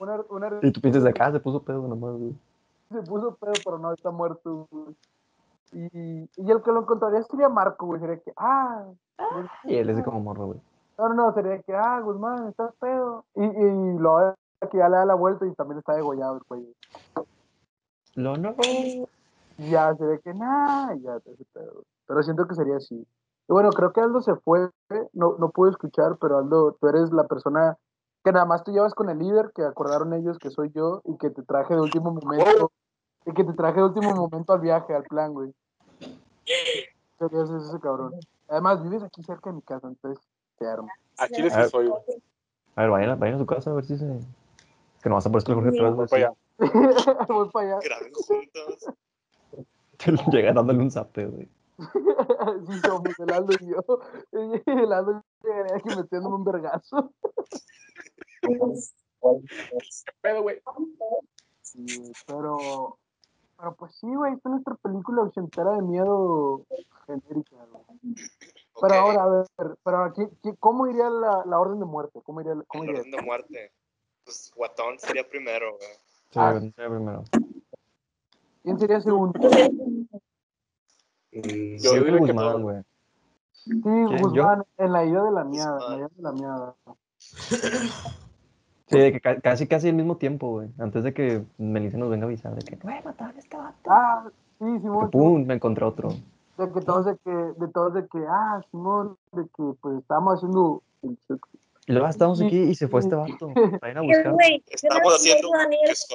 [SPEAKER 4] una, una-
[SPEAKER 3] Y tú piensas de acá, se puso pedo nomás, güey.
[SPEAKER 4] se puso pedo, pero no está muerto. güey. Y, y el que lo encontraría sería Marco, güey. Sería que, ah. Guzmán,
[SPEAKER 3] Y él es como morro, güey.
[SPEAKER 4] No, no, no, sería que, ah, Guzmán, estás pedo. Y, y lo que ya le da la vuelta y también está degollado el cuello.
[SPEAKER 3] Lo no,
[SPEAKER 4] Y ya sería que, nah, y ya, ese pedo. Pero siento que sería así. Y bueno, creo que Aldo se fue, no, no pude escuchar, pero Aldo, tú eres la persona que nada más tú llevas con el líder, que acordaron ellos que soy yo y que te traje de último momento, y que te traje de último momento al viaje, al plan, güey. Serías ese cabrón. Además, vives aquí cerca de mi casa, entonces te armo.
[SPEAKER 8] Aquí les
[SPEAKER 3] A ver.
[SPEAKER 8] soy, güey.
[SPEAKER 3] A ver, vayan, a- vayan a su casa a ver si se. Que no vas a poner el Jorge
[SPEAKER 6] Sí.
[SPEAKER 3] atrás,
[SPEAKER 8] Voy
[SPEAKER 3] güey.
[SPEAKER 8] para allá.
[SPEAKER 4] Voy para allá.
[SPEAKER 2] Graben juntos.
[SPEAKER 3] Te lo llega dándole un zape, güey.
[SPEAKER 4] Sí, somos el Aldo y yo. El Aldo llegaría aquí metiéndome un vergazo.
[SPEAKER 6] Este
[SPEAKER 8] Pero, güey.
[SPEAKER 4] Sí, güey, Eh, pero. Pero pues sí, güey, fue nuestra película ochentera de miedo genérica, güey.
[SPEAKER 2] Ok,
[SPEAKER 4] Pero ahora, a ver, pero ahora, ¿qué- qué- ¿cómo iría la, la orden de muerte? ¿Cómo iría? la- ¿Cómo
[SPEAKER 2] en
[SPEAKER 4] iría?
[SPEAKER 2] orden de muerte. Pues Guatón sería primero, güey.
[SPEAKER 3] Sí,
[SPEAKER 4] Ah.
[SPEAKER 3] güey, primero.
[SPEAKER 4] ¿Quién sería segundo?
[SPEAKER 7] Mm,
[SPEAKER 3] Yo
[SPEAKER 8] Yo diría que
[SPEAKER 3] Guzmán,
[SPEAKER 8] todo.
[SPEAKER 3] güey.
[SPEAKER 4] Sí,
[SPEAKER 3] ¿Quién,
[SPEAKER 4] Guzmán, en la idea de la mierda, en la
[SPEAKER 2] Guzmán.
[SPEAKER 4] idea de la mierda.
[SPEAKER 3] Sí, de que ca- casi, casi al mismo tiempo, güey. Antes de que Melissa nos venga a avisar de que, güey, mataron a este vato.
[SPEAKER 4] Ah, sí, Simón,
[SPEAKER 3] Que pum, me encontré otro.
[SPEAKER 4] de que todos de que, de todos de que, ah, Simón, de que pues estábamos haciendo el chuc-
[SPEAKER 3] Y luego estamos aquí y se fue este vato. Vayan a buscar.
[SPEAKER 2] Estamos haciendo quesadillas.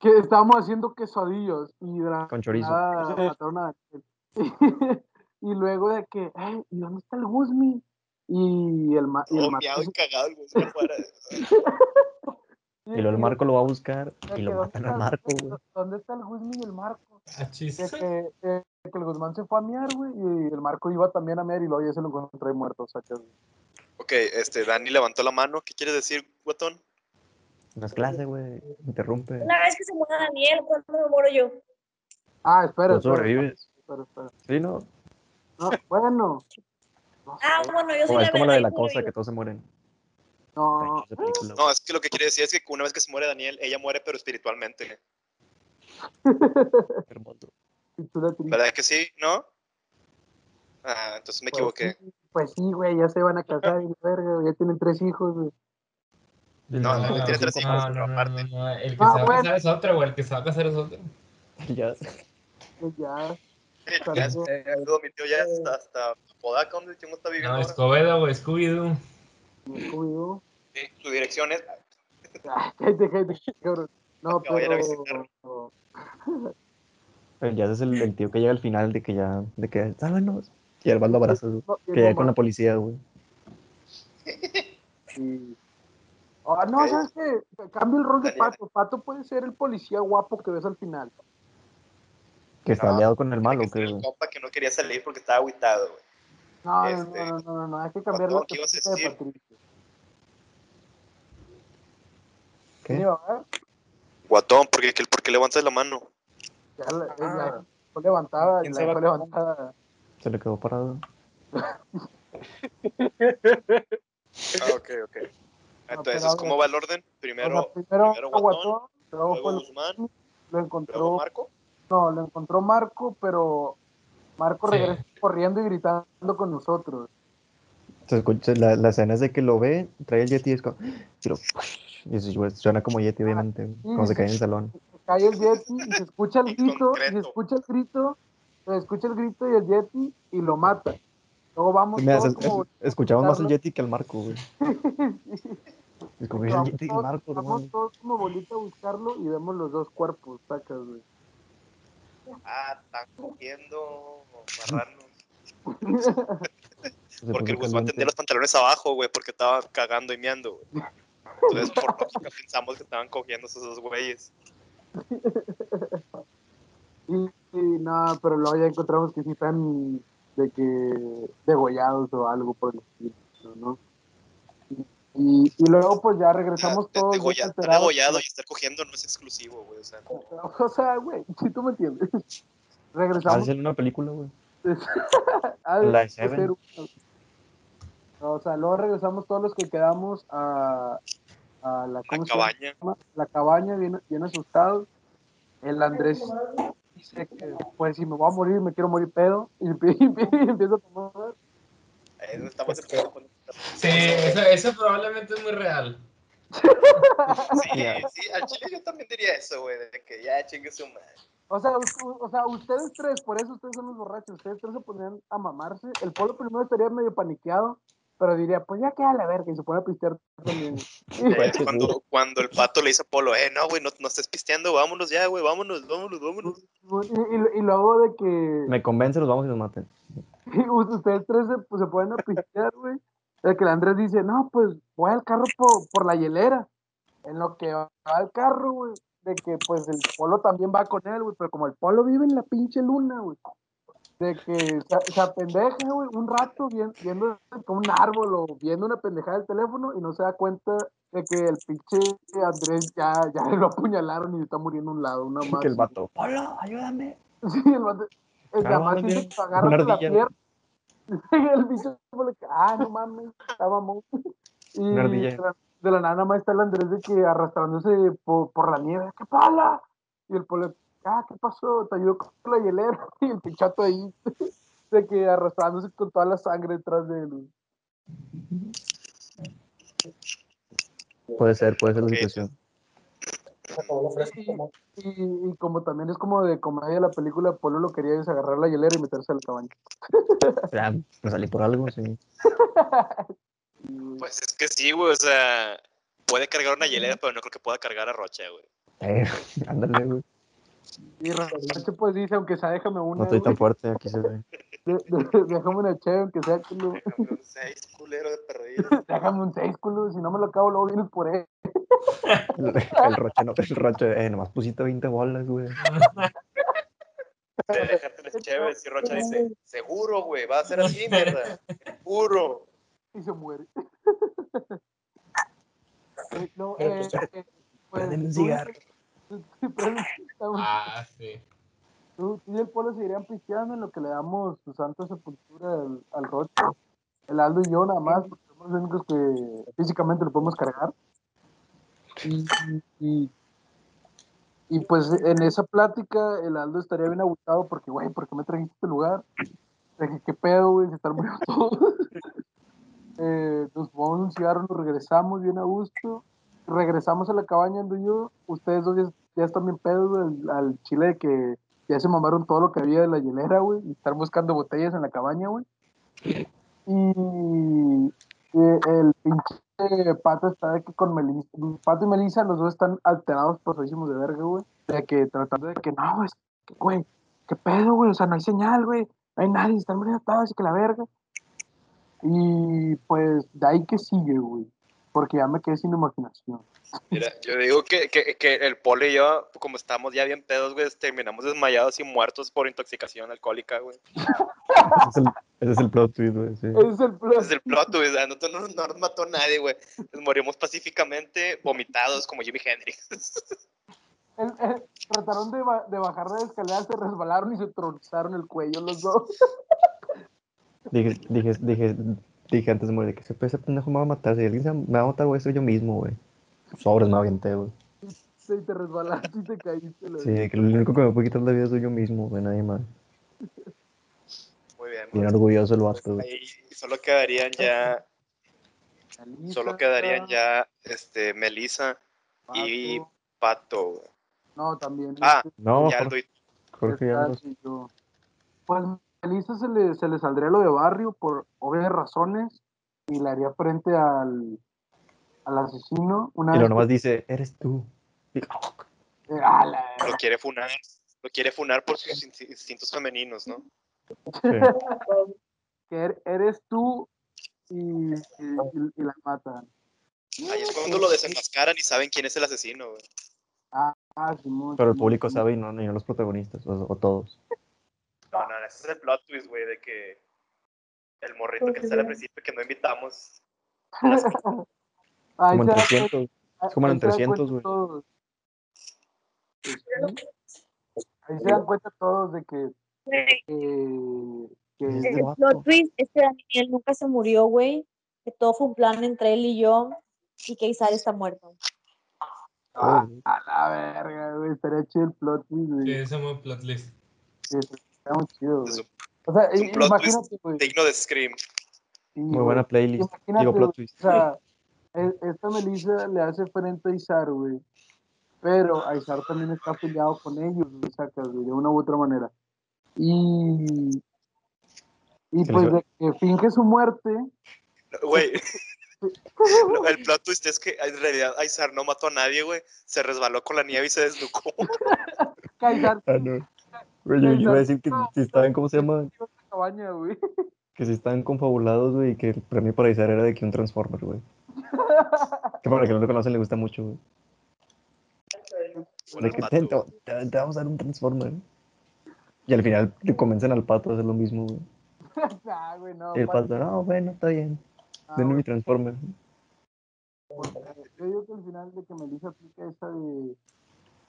[SPEAKER 4] que estábamos haciendo quesadillos y de la
[SPEAKER 3] Con chorizo.
[SPEAKER 4] Ah, nada mataron a Daniel. y luego de que, "Ey, ¿y dónde está el Guzmi? Y el, ma- y el
[SPEAKER 2] Oh,
[SPEAKER 4] Marco
[SPEAKER 2] miado y
[SPEAKER 4] se-
[SPEAKER 2] cagado el Guzmán fuera.
[SPEAKER 3] Y luego el Marco lo va a buscar
[SPEAKER 4] de
[SPEAKER 3] y
[SPEAKER 4] que,
[SPEAKER 3] lo
[SPEAKER 4] "¿Dónde
[SPEAKER 3] matan
[SPEAKER 4] está
[SPEAKER 3] al
[SPEAKER 4] el-
[SPEAKER 3] Marco, güey.
[SPEAKER 4] ¿Dónde está el Guzmi y el Marco?
[SPEAKER 5] Ah, chis.
[SPEAKER 4] de que, eh, de que el Guzmán se fue a miar, güey, y el Marco iba también a miar y luego ya se lo encontré muerto, o sea que...
[SPEAKER 2] Ok, este, Dani levantó la mano. ¿Qué quieres decir, Guatón?
[SPEAKER 3] Las clases, güey. Interrumpe.
[SPEAKER 6] Una vez que se muera Daniel, ¿cuándo me muero yo?
[SPEAKER 4] Ah, espera,
[SPEAKER 3] No
[SPEAKER 4] espera,
[SPEAKER 3] sobrevives.
[SPEAKER 4] espera, espera.
[SPEAKER 3] Sí, ¿no?
[SPEAKER 4] No, bueno,
[SPEAKER 6] Ah, bueno, yo soy
[SPEAKER 3] O es como la
[SPEAKER 6] verdad
[SPEAKER 3] de
[SPEAKER 6] y
[SPEAKER 3] la
[SPEAKER 6] tú
[SPEAKER 3] cosa,
[SPEAKER 6] vivo.
[SPEAKER 3] que todos se mueren.
[SPEAKER 4] no,
[SPEAKER 3] Esa película,
[SPEAKER 2] No, es que lo que quiere decir es que una vez que se muere Daniel, ella muere, pero espiritualmente.
[SPEAKER 3] güey, hermoso.
[SPEAKER 4] pichula triste.
[SPEAKER 2] ¿Verdad que sí? ¿No? Ah, entonces me equivoqué.
[SPEAKER 4] Pues sí, Pues sí, güey, ya se van a casar y la verga, güey, ya tienen tres hijos, güey.
[SPEAKER 2] No,
[SPEAKER 3] no,
[SPEAKER 2] tiene tres hijos,
[SPEAKER 5] no,
[SPEAKER 2] pero
[SPEAKER 5] no, no,
[SPEAKER 2] aparte.
[SPEAKER 5] no, no, El que
[SPEAKER 4] Ah,
[SPEAKER 5] se va a
[SPEAKER 4] bueno.
[SPEAKER 5] casar es otro, güey. El que se va a casar es otro.
[SPEAKER 3] Ya.
[SPEAKER 4] Pues ya,
[SPEAKER 2] Ya se- ya se domitió ya hasta, hasta Apodaca, donde chingo está viviendo
[SPEAKER 5] No,
[SPEAKER 2] ahora.
[SPEAKER 5] Escobedo, güey. Scooby-Doo.
[SPEAKER 4] me cuido.
[SPEAKER 2] Sí, su dirección es...
[SPEAKER 4] Ay, cállate, cállate, cabrón. No,
[SPEAKER 2] Que vayan a visitar.
[SPEAKER 4] pero...
[SPEAKER 3] El Jazz es el, el tío que llega al final de que ya, de que, sálvanos. Y el lo abraza, güey.
[SPEAKER 4] No,
[SPEAKER 3] Que llega con la policía, güey.
[SPEAKER 4] Sí. Ah, no,
[SPEAKER 2] Ok.
[SPEAKER 4] ¿sabes qué? Cambio el rol de
[SPEAKER 2] Daniel.
[SPEAKER 4] Pato. Pato puede ser el policía guapo que ves al final.
[SPEAKER 3] Que está
[SPEAKER 2] No,
[SPEAKER 3] aliado con el malo,
[SPEAKER 2] que
[SPEAKER 3] que,
[SPEAKER 2] ser el Este, compa que no quería salir porque estaba aguitado, güey.
[SPEAKER 4] No,
[SPEAKER 2] Este,
[SPEAKER 4] no, no, no, no, no, hay que cambiar la
[SPEAKER 2] Pato, ¿qué ibas a
[SPEAKER 4] tarjeta de
[SPEAKER 2] decir?
[SPEAKER 4] Patricio.
[SPEAKER 3] ¿Qué?
[SPEAKER 4] Sí, ¿verdad?
[SPEAKER 2] Guatón, ¿por qué, por qué levantas la mano?
[SPEAKER 4] Ya la,
[SPEAKER 8] Ah.
[SPEAKER 4] la dejó levantada,
[SPEAKER 8] ¿Quién
[SPEAKER 4] la
[SPEAKER 8] se va
[SPEAKER 4] dejó
[SPEAKER 8] a-
[SPEAKER 4] levantada.
[SPEAKER 3] se le quedó parado.
[SPEAKER 2] Ah, ok, ok.
[SPEAKER 4] Ah, pero
[SPEAKER 2] Entonces,
[SPEAKER 4] ahora-
[SPEAKER 2] ¿cómo va el orden? Primero,
[SPEAKER 4] o sea, primero,
[SPEAKER 2] primero
[SPEAKER 4] fue
[SPEAKER 2] Guatón,
[SPEAKER 4] Guatón, luego fue
[SPEAKER 2] luego
[SPEAKER 4] el-
[SPEAKER 2] Guzmán,
[SPEAKER 4] lo
[SPEAKER 2] luego
[SPEAKER 4] encontró,
[SPEAKER 2] Marco.
[SPEAKER 4] no, lo encontró Marco, pero Marco
[SPEAKER 5] Sí.
[SPEAKER 4] regresa corriendo y gritando con nosotros.
[SPEAKER 3] Se escucha, la, la escena es de que lo ve, trae el Yeti y es como. Y lo- y se- güey, suena como Yeti,
[SPEAKER 4] Ah,
[SPEAKER 3] obviamente, güey, cuando se cae en el salón.
[SPEAKER 4] Se cae el Yeti y se escucha el
[SPEAKER 2] En
[SPEAKER 4] grito, y se
[SPEAKER 2] concreto.
[SPEAKER 4] escucha el grito, se escucha el grito y el Yeti y lo mata. Luego vamos
[SPEAKER 3] Mira,
[SPEAKER 4] todos
[SPEAKER 3] se-
[SPEAKER 4] como
[SPEAKER 3] es- escuchamos más el Yeti que el Marco, güey. Es como el
[SPEAKER 4] Vamos
[SPEAKER 3] Yeti y el
[SPEAKER 4] todos-
[SPEAKER 3] Marco,
[SPEAKER 4] vamos
[SPEAKER 3] hermano.
[SPEAKER 4] todos como bolita a buscarlo y vemos los dos cuerpos, sacas, güey.
[SPEAKER 2] Ah, están cogiendo marranos. Porque
[SPEAKER 3] Se
[SPEAKER 2] pues,
[SPEAKER 3] puso
[SPEAKER 2] el Guzmán
[SPEAKER 3] caliente.
[SPEAKER 2] tenía los pantalones abajo, güey, porque estaba cagando y meando, güey. Entonces, por lógica, pensamos que estaban cogiendo esos dos güeyes.
[SPEAKER 4] Y, y no, pero luego ya encontramos que sí están de que degollados o algo por el estilo, ¿no? Y, y luego pues ya regresamos
[SPEAKER 2] Ah,
[SPEAKER 4] todos.
[SPEAKER 2] degolla-
[SPEAKER 4] bien
[SPEAKER 2] estar
[SPEAKER 4] alterados.
[SPEAKER 2] degollado y estar cogiendo no es exclusivo, güey. O sea, no.
[SPEAKER 4] O sea, güey, si tú me entiendes.
[SPEAKER 3] Ah,
[SPEAKER 4] Regresamos
[SPEAKER 3] sí, en una película, güey.
[SPEAKER 4] a
[SPEAKER 3] La
[SPEAKER 4] a
[SPEAKER 3] Seven.
[SPEAKER 4] ser uno. O sea, luego regresamos todos los que quedamos a, a la,
[SPEAKER 2] la
[SPEAKER 4] ¿cómo se llama?
[SPEAKER 2] cabaña.
[SPEAKER 4] La cabaña, bien, bien asustados. El Andrés dice que, pues si me voy a morir, me quiero morir pedo. Y, empie- y empieza a tomar.
[SPEAKER 2] Ahí donde eh, estamos
[SPEAKER 7] Es
[SPEAKER 2] en pedo con-
[SPEAKER 5] Sí, eso, eso probablemente es muy real.
[SPEAKER 2] Sí,
[SPEAKER 3] Ya.
[SPEAKER 2] sí, al chile yo también diría eso, güey, de que ya chingue su madre.
[SPEAKER 4] O sea, u- o sea, ustedes tres, por eso ustedes son los borrachos. Ustedes tres se ponían a mamarse. El pueblo primero estaría medio paniqueado. Pero diría, pues ya queda la verga y se pone a pistear también.
[SPEAKER 2] Eh, cuando, cuando el pato le dice a Polo, eh, no, güey, no, no estés pisteando, vámonos ya, güey, vámonos, vámonos, vámonos.
[SPEAKER 4] Y, y- y luego de que
[SPEAKER 3] Me convence, los vamos y los maten.
[SPEAKER 4] ustedes tres se, pues, se ponen a pistear, güey. De que el Andrés dice, no, pues voy al carro por, por la hielera. En lo que va al carro, güey. De que pues el polo también va con él, güey. Pero como el polo vive en la pinche luna, güey. De que se, se apendeja, güey, un rato vi- viendo como un árbol o viendo una pendejada del teléfono y no se da cuenta de que el pinche Andrés ya, ya lo apuñalaron y está muriendo a un lado, una más.
[SPEAKER 3] Que el vato.
[SPEAKER 4] Sí, el vato. El
[SPEAKER 3] Ah,
[SPEAKER 4] además
[SPEAKER 3] mira,
[SPEAKER 4] dice que agárrate la
[SPEAKER 3] ardilla.
[SPEAKER 4] pierna. El bicho como de que, ah, no mames, está mamón. Y
[SPEAKER 3] Una ardilla.
[SPEAKER 4] de la, de la nada más está el Andrés de que arrastrándose por, por la nieve, ¡qué pala! Y el polo, ah, ¿qué pasó? Te ayudó con la hielera. Y el pinchato ahí, de que arrastrándose con toda la sangre detrás de él.
[SPEAKER 3] Puede ser, puede ser la
[SPEAKER 2] Ok.
[SPEAKER 3] situación.
[SPEAKER 4] Y, y como también es como de comedia la película, Polo lo quería desagarrar la hielera y meterse al caballo.
[SPEAKER 3] Ya, me salí por algo, sí.
[SPEAKER 2] Pues es que sí, güey, o sea, puede cargar una hielera, pero no creo que pueda cargar a Rocha, güey.
[SPEAKER 3] Eh, ándale, güey.
[SPEAKER 4] Y Roche pues dice, aunque sea, déjame una.
[SPEAKER 3] No estoy
[SPEAKER 4] güey".
[SPEAKER 3] tan fuerte, aquí se ve.
[SPEAKER 4] De- de- Déjame una cheve, aunque sea culo.
[SPEAKER 2] Déjame un seis, culero de perdido.
[SPEAKER 4] Déjame un seis, culo. Si no me lo acabo, luego vienes por él.
[SPEAKER 3] El, el roche, no, el roche, eh, nomás pusiste 20 bolas, güey.
[SPEAKER 2] De dejarte las chéveres y Rocha dice, seguro, güey, va a ser así, mierda. Seguro.
[SPEAKER 4] Y se muere. Eh, no,
[SPEAKER 5] Pero, pues,
[SPEAKER 4] eh, eh, pues,
[SPEAKER 3] prenden un
[SPEAKER 4] tú y-
[SPEAKER 3] cigarro.
[SPEAKER 4] tú- tú y prenden-
[SPEAKER 5] Ah, sí.
[SPEAKER 4] Tú tú y el pueblo se irían pisteando en lo que le damos su santa sepultura al, al Roche. El Aldo y yo nada más, porque somos los únicos que físicamente lo podemos cargar. Y, y, y, pues en esa plática el Aldo estaría bien agotado porque, güey, ¿por qué me trajiste a este lugar? De que, ¿Qué pedo, güey? Se están muriendo todos. Eh, nos vamos a un cigarro, nos regresamos bien a gusto. Regresamos a la cabaña, Aldo y yo. Ustedes dos ya, ya están bien pedos güey, al, al chile de que ya se mamaron todo lo que había de la hielera, güey. Y están buscando botellas en la cabaña, güey. Y eh, el pinche Pato está de que con Melissa, Pato y Melissa, los dos están alterados por hicimos de verga, güey. De que tratando de que no, es que, güey, qué pedo, güey, o sea, no hay señal, güey, no hay nadie, están muriendo todos, así que la verga. Y pues de ahí que sigue, güey, porque ya me quedé sin imaginación.
[SPEAKER 2] Mira, yo digo que, que, que el poli y yo, como estamos ya bien pedos, güey, terminamos desmayados y muertos por intoxicación alcohólica, güey.
[SPEAKER 3] Ese es el, ese es el plot twist, güey. Sí.
[SPEAKER 4] Ese es el plan.
[SPEAKER 2] Ese es el plot, güey, o sea, nosotros no, no nos mató nadie, güey. Nos morimos pacíficamente, vomitados como Jimi Hendrix.
[SPEAKER 4] El- el- trataron de, ba- de bajar la escalera, se resbalaron y se tronzaron el cuello los dos.
[SPEAKER 3] Dije, dije, dije, dije antes de morir, que ese ese pendejo me va a matar. Si alguien se- me va a matar, voy a ser yo mismo, güey. Sobres me aventé, güey.
[SPEAKER 4] Sí, te resbalaste y te caíste. la
[SPEAKER 3] Sí, que lo único que me puede quitar la vida soy yo mismo, güey, nadie más.
[SPEAKER 2] Muy bien.
[SPEAKER 3] Bien
[SPEAKER 2] güey.
[SPEAKER 3] orgulloso el vato, güey.
[SPEAKER 2] Ahí solo quedarían ya,
[SPEAKER 4] verga.
[SPEAKER 2] solo quedarían ya, este, Melissa y
[SPEAKER 4] Pato.
[SPEAKER 2] Pato, güey.
[SPEAKER 4] No, también.
[SPEAKER 2] Ah,
[SPEAKER 4] este,
[SPEAKER 3] No,
[SPEAKER 2] Y Aldo
[SPEAKER 3] Jorge,
[SPEAKER 2] y-
[SPEAKER 3] Jorge ya
[SPEAKER 4] está,
[SPEAKER 3] los-
[SPEAKER 4] sí, yo. Pues a Melissa se le, se le saldría lo de barrio por obvias razones y le haría frente al, al asesino. Una
[SPEAKER 3] Y
[SPEAKER 4] vez
[SPEAKER 3] lo
[SPEAKER 4] que-
[SPEAKER 3] nomás dice, eres tú. Y-
[SPEAKER 4] eh, a la-
[SPEAKER 2] lo quiere funar, lo quiere funar por sus insti- instintos femeninos, ¿no?
[SPEAKER 3] Sí.
[SPEAKER 4] que er- eres tú y, y- y- y la matan.
[SPEAKER 2] Ahí es cuando lo desenmascaran y saben quién es el asesino, güey.
[SPEAKER 4] Ah, Simón,
[SPEAKER 3] Pero el
[SPEAKER 4] Simón,
[SPEAKER 3] público
[SPEAKER 4] Simón.
[SPEAKER 3] sabe y no, y no los protagonistas, o, o todos.
[SPEAKER 2] No, no, ese es el plot twist, güey, de que el morrito
[SPEAKER 4] Pues
[SPEAKER 2] que sale al principio que no invitamos.
[SPEAKER 4] Ahí
[SPEAKER 3] Como en
[SPEAKER 4] se da
[SPEAKER 3] 300.
[SPEAKER 4] cuenta-
[SPEAKER 3] es como en
[SPEAKER 4] ahí se dan
[SPEAKER 3] 300,
[SPEAKER 4] cuenta
[SPEAKER 3] güey.
[SPEAKER 4] todos. Pues sí. Ahí se dan cuenta todos de que, que, que
[SPEAKER 3] Sí.
[SPEAKER 4] es
[SPEAKER 6] El
[SPEAKER 4] de-
[SPEAKER 3] vato.
[SPEAKER 6] plot twist es que Daniel nunca se murió, güey. Que todo fue un plan entre él y yo. Y que Isaac está muerto.
[SPEAKER 4] ah, a la verga, güey, estaría chido el plot twist, güey.
[SPEAKER 5] Sí, ese es muy plot list.
[SPEAKER 4] Sí, sí, está muy chido, güey.
[SPEAKER 2] Es un-
[SPEAKER 4] O sea,
[SPEAKER 2] es un
[SPEAKER 4] i-
[SPEAKER 2] plot
[SPEAKER 4] imagínate, güey.
[SPEAKER 2] Digno de Scream.
[SPEAKER 4] sí,
[SPEAKER 3] Muy
[SPEAKER 4] güey.
[SPEAKER 3] buena playlist.
[SPEAKER 4] Imagínate,
[SPEAKER 3] Digo,
[SPEAKER 4] güey,
[SPEAKER 3] plot twist.
[SPEAKER 4] O sea, e- esta Melissa le hace frente a Izar, güey. Pero Aizar también está afiliado con ellos, güey, sacas, güey, de una u otra manera. Y. Y
[SPEAKER 3] Se les
[SPEAKER 4] pues
[SPEAKER 3] ve-
[SPEAKER 4] de que finge su muerte,
[SPEAKER 2] Güey. No, el plot twist es que en realidad Aizar no mató a nadie, güey. Se resbaló con la nieve y se desnucó.
[SPEAKER 4] Kaizar,
[SPEAKER 3] Ah, no. Güey, yo yo iba a decir que si estaban, ¿cómo se llama?
[SPEAKER 4] tío, esta cabaña, güey.
[SPEAKER 3] Que si estaban confabulados, güey, y que el premio para Izar era de que un Transformer, güey. Que para que no lo conocen le gusta mucho, güey.
[SPEAKER 2] Bueno,
[SPEAKER 3] De
[SPEAKER 2] el
[SPEAKER 3] que
[SPEAKER 2] pato,
[SPEAKER 3] te, te- te vamos a dar un Transformer. Y al final le convencen al pato a hacer lo mismo, güey.
[SPEAKER 4] Nah, güey, no.
[SPEAKER 3] Y el
[SPEAKER 4] para-
[SPEAKER 3] pato, no, bueno, está bien.
[SPEAKER 4] ah,
[SPEAKER 3] Denme mi
[SPEAKER 4] güey,
[SPEAKER 3] Transformer.
[SPEAKER 4] Yo digo que al final de que Melissa aplica esa de,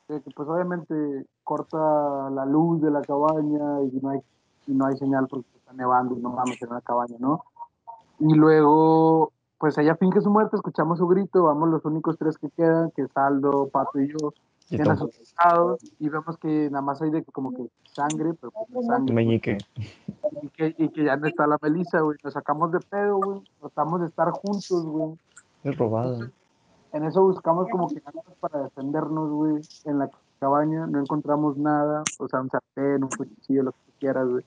[SPEAKER 4] de que pues obviamente corta la luz de la cabaña y no hay, y no hay señal porque está nevando y no mames en una cabaña, ¿no? Y luego, pues ella finge su muerte, escuchamos su grito, vamos los únicos tres que quedan, que es Aldo, Pato y yo,
[SPEAKER 3] Y
[SPEAKER 4] bien
[SPEAKER 3] todo.
[SPEAKER 4] asustados, y vemos que nada más hay de que como que sangre, pero pues no es sangre.
[SPEAKER 3] Meñique.
[SPEAKER 4] y que, y que ya no está la Melissa, güey. Nos sacamos de pedo, güey. Tratamos de estar juntos, güey.
[SPEAKER 3] Es robado.
[SPEAKER 4] En eso buscamos como que algo para defendernos, güey. En la cabaña no encontramos nada. O sea, un sartén, un cuchillo, lo que tú quieras, güey.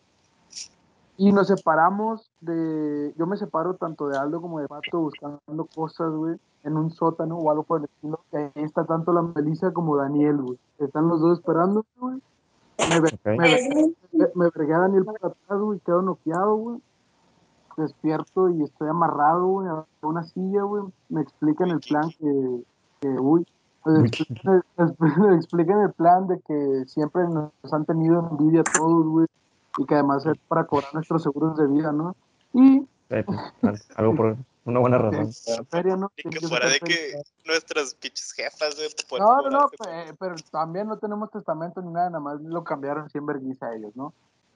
[SPEAKER 4] Y nos separamos de... Yo me separo tanto de Aldo como de Pato buscando cosas, güey. En un sótano o algo por el estilo. Y ahí está tanto la Melissa como Daniel, güey. Están los dos esperando, güey. Me, ve-
[SPEAKER 3] Ok.
[SPEAKER 4] me ve- me, me bregué a Daniel para atrás, güey, quedo noqueado, güey. Despierto y estoy amarrado, güey, a una silla, güey. Me explican el plan que, que uy, me
[SPEAKER 3] Uy.
[SPEAKER 4] explican, me explican el plan de que siempre nos han tenido envidia a todos, güey. Y que además es para cobrar nuestros seguros de vida, ¿no? Y
[SPEAKER 3] Eh, pues, al- Algo por una buena razón.
[SPEAKER 4] la feria, ¿no?
[SPEAKER 2] Y que
[SPEAKER 4] Yo
[SPEAKER 2] fuera de
[SPEAKER 4] pensé,
[SPEAKER 2] que nuestras pinches jefas, güey, pues, te pueden
[SPEAKER 4] No, no, no, pues,
[SPEAKER 2] cobrar, güey.
[SPEAKER 4] pe- pero también no tenemos testamento ni nada, nada más lo cambiaron siempre vergüenza a ellos, ¿no?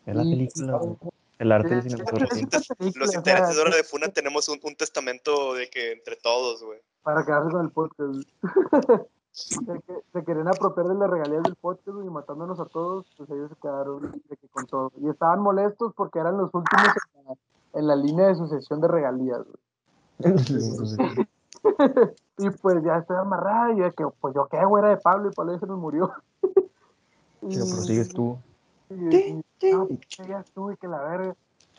[SPEAKER 3] Es la
[SPEAKER 4] Y-
[SPEAKER 3] película, güey. El arte
[SPEAKER 4] Sí, es
[SPEAKER 3] cinematográfico.
[SPEAKER 4] una película, o
[SPEAKER 2] Los
[SPEAKER 4] sea, pues,
[SPEAKER 2] integrantes de Hora de Funa tenemos un, un testamento de que entre todos, güey.
[SPEAKER 4] Para quedarse con el podcast. De que se querían apropiar de las regalías del podcast güey, y matándonos a todos, pues ellos se quedaron de que con todo. Y estaban molestos porque eran los últimos en la, en la línea de sucesión de regalías. güey. Y pues ya estoy amarrada y de que, pues yo qué, güey, era de Pablo y Pablo ya se nos murió.
[SPEAKER 3] Y lo prosigues tú.
[SPEAKER 4] Y, y- no, pues, que ya estuve, que la verga.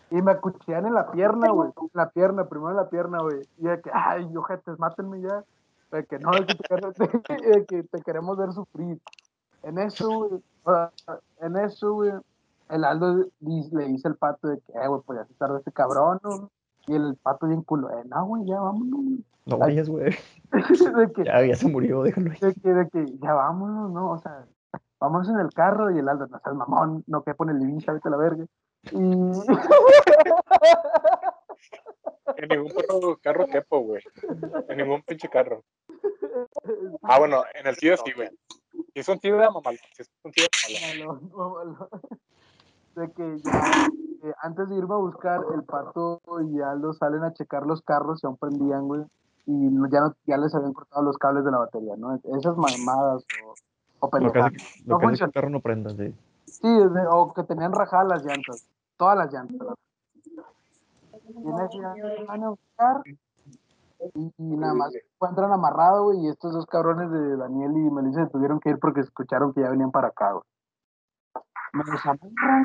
[SPEAKER 4] Y me acuchillan en la pierna, güey. En la pierna, primero en la pierna, güey. Y de que, ay, ojetes, mátenme ya. De que no, de que te, queremos- de que te queremos ver sufrir. En eso, güey. o sea, En eso, güey. El Aldo di- le dice al pato de que, eh, güey, pues ya se tardó este cabrón, ¿no? Y el pato bien culo, eh, no, güey, ya vámonos.
[SPEAKER 3] No vayas, güey.
[SPEAKER 4] de que,
[SPEAKER 3] Ya, ya se murió, déjalo ahí.
[SPEAKER 4] de que, de que ya vámonos, ¿no? O sea, vamos en el carro y el Aldo, no seas mamón, no que pone el Ibiza, vete a la verga. Y
[SPEAKER 8] En ningún perro- carro quepo, güey. En ningún pinche carro. Ah, bueno, en el tío sí, güey. Si es un tío de mamá, si es un tío de mamá.
[SPEAKER 4] Malo, malo. de que ya, eh, antes de irme a buscar, el pato y Aldo salen a checar los carros y aún prendían, güey. Y no- ya, no- ya les habían cortado los cables de la batería, ¿no? Esas mamadas o, o
[SPEAKER 3] Lo que hace
[SPEAKER 4] pendejadas.
[SPEAKER 3] que, lo
[SPEAKER 4] No
[SPEAKER 3] que, hace que
[SPEAKER 4] funciona.
[SPEAKER 3] el carro no prenda, sí.
[SPEAKER 4] Sí, de- o que tenían rajadas las llantas, todas las llantas. Y en eso ya se van a buscar y, y nada más se encuentran amarrado, güey, y estos dos cabrones de Daniel y Melissa se tuvieron que ir porque escucharon que ya venían para acá, güey. Me desamarran.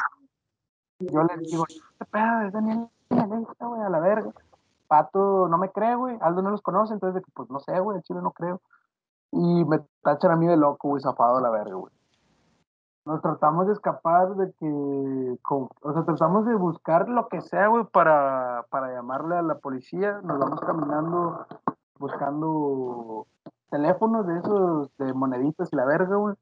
[SPEAKER 4] Yo les digo, ¿qué pedo? Es Daniel y Melissa, güey, a la verga. Pato no me cree, güey. Aldo no los conoce, entonces, de que, pues no sé, güey, el chile no creo. Y me tachan a mí de loco, güey, zafado a la verga, güey nos tratamos de escapar de que, con- o sea, tratamos de buscar lo que sea, güey, para, para llamarle a la policía. Nos vamos caminando buscando teléfonos de esos, de moneditas y la verga, güey.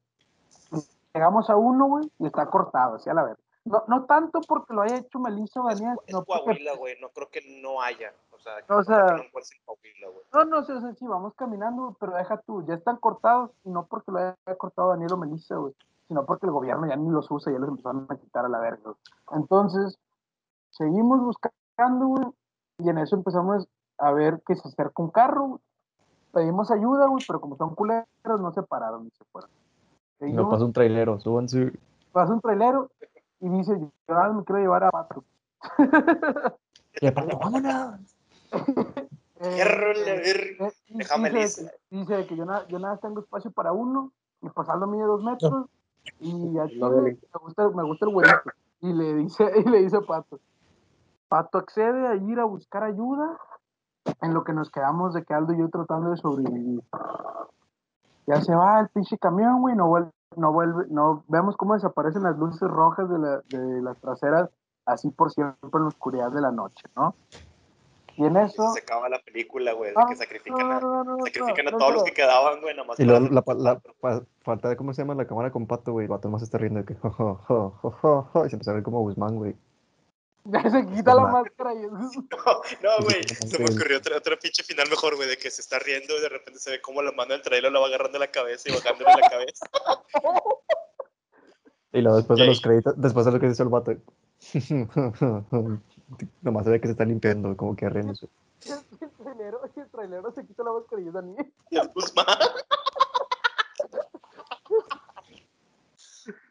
[SPEAKER 4] Llegamos a uno, güey, y está cortado, así a la verga. No, no tanto porque lo haya hecho Melissa
[SPEAKER 2] Es,
[SPEAKER 4] Daniel,
[SPEAKER 2] Pues, es
[SPEAKER 4] no pues, porque...
[SPEAKER 2] Coahuila, güey. No creo que no haya. O sea,
[SPEAKER 4] O sea-
[SPEAKER 2] no creo que no encuentres en Coahuila, güey.
[SPEAKER 4] No, no, sé, o sea, sí, vamos caminando, güey, pero deja tú, ya están cortados, y no porque lo haya cortado Daniel o Melissa, güey, sino porque el gobierno ya ni los usa, ya los empezaron a quitar a la verga. güey. Entonces, seguimos buscando, güey, y en eso empezamos a ver que se acerca un carro, güey. pedimos ayuda, güey, pero como son culeros, no se pararon ni se fueron.
[SPEAKER 3] Y
[SPEAKER 4] Seguimos,
[SPEAKER 3] no pasa un trailero, súbanse.
[SPEAKER 4] pasa un trailero y dice, yo ah, me quiero llevar a Pato.
[SPEAKER 3] Y aparte, ¡ah! vámonos.
[SPEAKER 4] Eh,
[SPEAKER 2] Hierro, la
[SPEAKER 4] eh,
[SPEAKER 2] verga.
[SPEAKER 4] Eh, y-
[SPEAKER 2] Déjame
[SPEAKER 4] dice,
[SPEAKER 2] lista.
[SPEAKER 4] que- dice que yo nada, yo nada más tengo espacio para uno, y pues Aldo mide dos metros, y a
[SPEAKER 8] No,
[SPEAKER 4] Chile
[SPEAKER 8] dale.
[SPEAKER 4] me gusta, me gusta el güerito. Y le dice, y le dice a Pato. Pato accede a ir a buscar ayuda en lo que nos quedamos de que Aldo y yo tratando de sobrevivir. Ya se va el pinche camión, güey, no vuelve, no vuelve, no vemos cómo desaparecen las luces rojas de, la- de las traseras, así por siempre en la oscuridad de la noche, ¿no? Y en eso.
[SPEAKER 2] Se acaba la película, güey, de
[SPEAKER 4] Ah,
[SPEAKER 2] que sacrifican a,
[SPEAKER 4] no, no, no, no,
[SPEAKER 2] sacrifican a
[SPEAKER 4] no,
[SPEAKER 2] todos los
[SPEAKER 4] no.
[SPEAKER 2] que quedaban, güey, nada más.
[SPEAKER 3] Y luego
[SPEAKER 2] para-
[SPEAKER 3] la, pa- la pa- falta de cómo se llama la cámara con pato, güey. El vato más está riendo de que jo, jo, jo, jo, jo, jo, y se empieza a ver como Guzmán, güey.
[SPEAKER 4] Ya se quita la
[SPEAKER 3] Normal.
[SPEAKER 4] máscara y es-
[SPEAKER 2] No, güey,
[SPEAKER 3] Sí,
[SPEAKER 2] se me
[SPEAKER 3] sí.
[SPEAKER 2] ocurrió otra, otra pinche final mejor, güey, de que se está riendo y de repente se ve como la mano del trailer la va agarrando la cabeza y bajándole la cabeza.
[SPEAKER 3] Y luego después de
[SPEAKER 2] Ey.
[SPEAKER 3] los créditos, después de lo que hizo el vato, nomás se ve que se está limpiando, como que riéndose.
[SPEAKER 4] y el trailero, y el trailero se quita la máscara y es Daniel.
[SPEAKER 2] Y es Guzmán.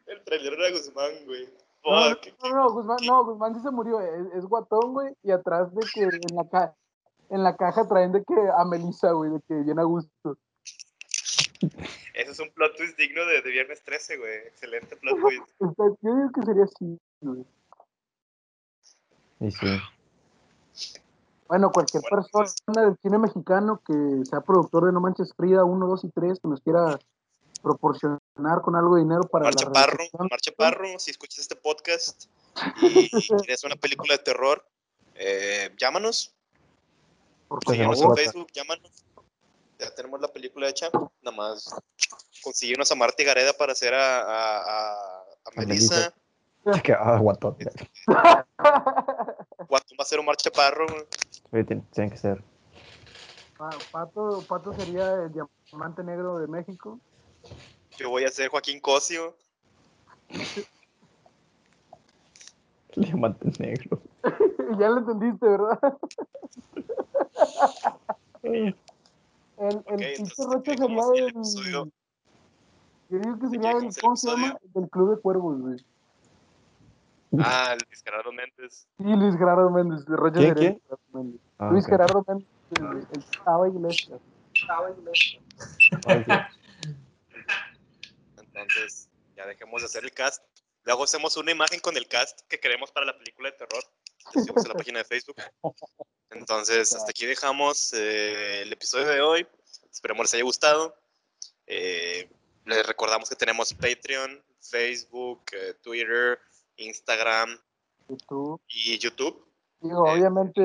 [SPEAKER 2] El trailer era Guzmán, güey.
[SPEAKER 4] No,
[SPEAKER 2] Fuck.
[SPEAKER 4] no, no, Guzmán, no, Guzmán sí se murió, es, es guatón, güey, y atrás de que en la, ca- en la caja traen de que a Melissa, güey, de que bien a gusto.
[SPEAKER 2] Ese es un plot twist digno de, de Viernes 13, güey. Excelente plot twist.
[SPEAKER 4] Está- yo digo que sería así, güey.
[SPEAKER 3] Y sí,
[SPEAKER 4] Bueno, cualquier
[SPEAKER 2] Bueno,
[SPEAKER 4] persona del cine mexicano que sea productor de No Manches Frida 1, 2 y 3, que nos quiera proporcionar con algo de dinero para
[SPEAKER 2] Marcha
[SPEAKER 4] la
[SPEAKER 2] Parro,
[SPEAKER 4] realización.
[SPEAKER 2] Marcha Parro, si escuchas este podcast y quieres una película de terror, eh, llámanos.
[SPEAKER 4] Por
[SPEAKER 3] Sí,
[SPEAKER 2] Síguenos
[SPEAKER 3] Tenemos
[SPEAKER 2] en
[SPEAKER 3] WhatsApp.
[SPEAKER 2] Facebook, llámanos. Ya tenemos la película hecha. Nada más consíguenos a Marta y Gareda para hacer a, a, a, a
[SPEAKER 3] Melissa.
[SPEAKER 2] Melissa.
[SPEAKER 3] De que, ah, guatón. ya.
[SPEAKER 2] Guatón va a ser Omar Chaparro. güey.
[SPEAKER 3] Oye, tien- Tienen que ser.
[SPEAKER 4] Pa- Pato, Pato sería el diamante negro de México.
[SPEAKER 2] Yo voy a ser Joaquín Cosio.
[SPEAKER 3] El diamante negro.
[SPEAKER 4] ya lo entendiste, ¿verdad? El,
[SPEAKER 2] Ok,
[SPEAKER 4] el pinche
[SPEAKER 2] entonces,
[SPEAKER 4] Rocha
[SPEAKER 2] ¿cómo
[SPEAKER 4] sería
[SPEAKER 2] sería el
[SPEAKER 4] el.
[SPEAKER 2] episodio?
[SPEAKER 4] Yo digo que
[SPEAKER 2] ¿De
[SPEAKER 4] sería
[SPEAKER 2] qué? ¿Cómo sería
[SPEAKER 4] el.
[SPEAKER 2] el
[SPEAKER 4] ¿Cómo se llama? Del Club de Cuervos, güey.
[SPEAKER 2] Ah, Luis Gerardo Méndez.
[SPEAKER 4] Sí, Luis Gerardo Méndez. el Rocha
[SPEAKER 3] ¿Quién,
[SPEAKER 4] sería
[SPEAKER 3] quién?
[SPEAKER 4] Luis Gerardo Méndez.
[SPEAKER 3] Ah,
[SPEAKER 4] Luis
[SPEAKER 3] ok.
[SPEAKER 4] Gerardo Méndez, el, el Chava Iglesias.
[SPEAKER 3] Ay, sí.
[SPEAKER 2] Entonces, ya dejemos de hacer el cast. Luego hacemos una imagen con el cast que queremos para la película de terror. Lo subimos a la página de Facebook. Entonces, hasta aquí dejamos eh, el episodio de hoy. Esperemos les haya gustado. Eh, les recordamos que tenemos Patreon, Facebook, eh, Twitter, Instagram
[SPEAKER 4] Y tú.
[SPEAKER 2] y YouTube.
[SPEAKER 4] Digo,
[SPEAKER 2] Eh.
[SPEAKER 4] obviamente,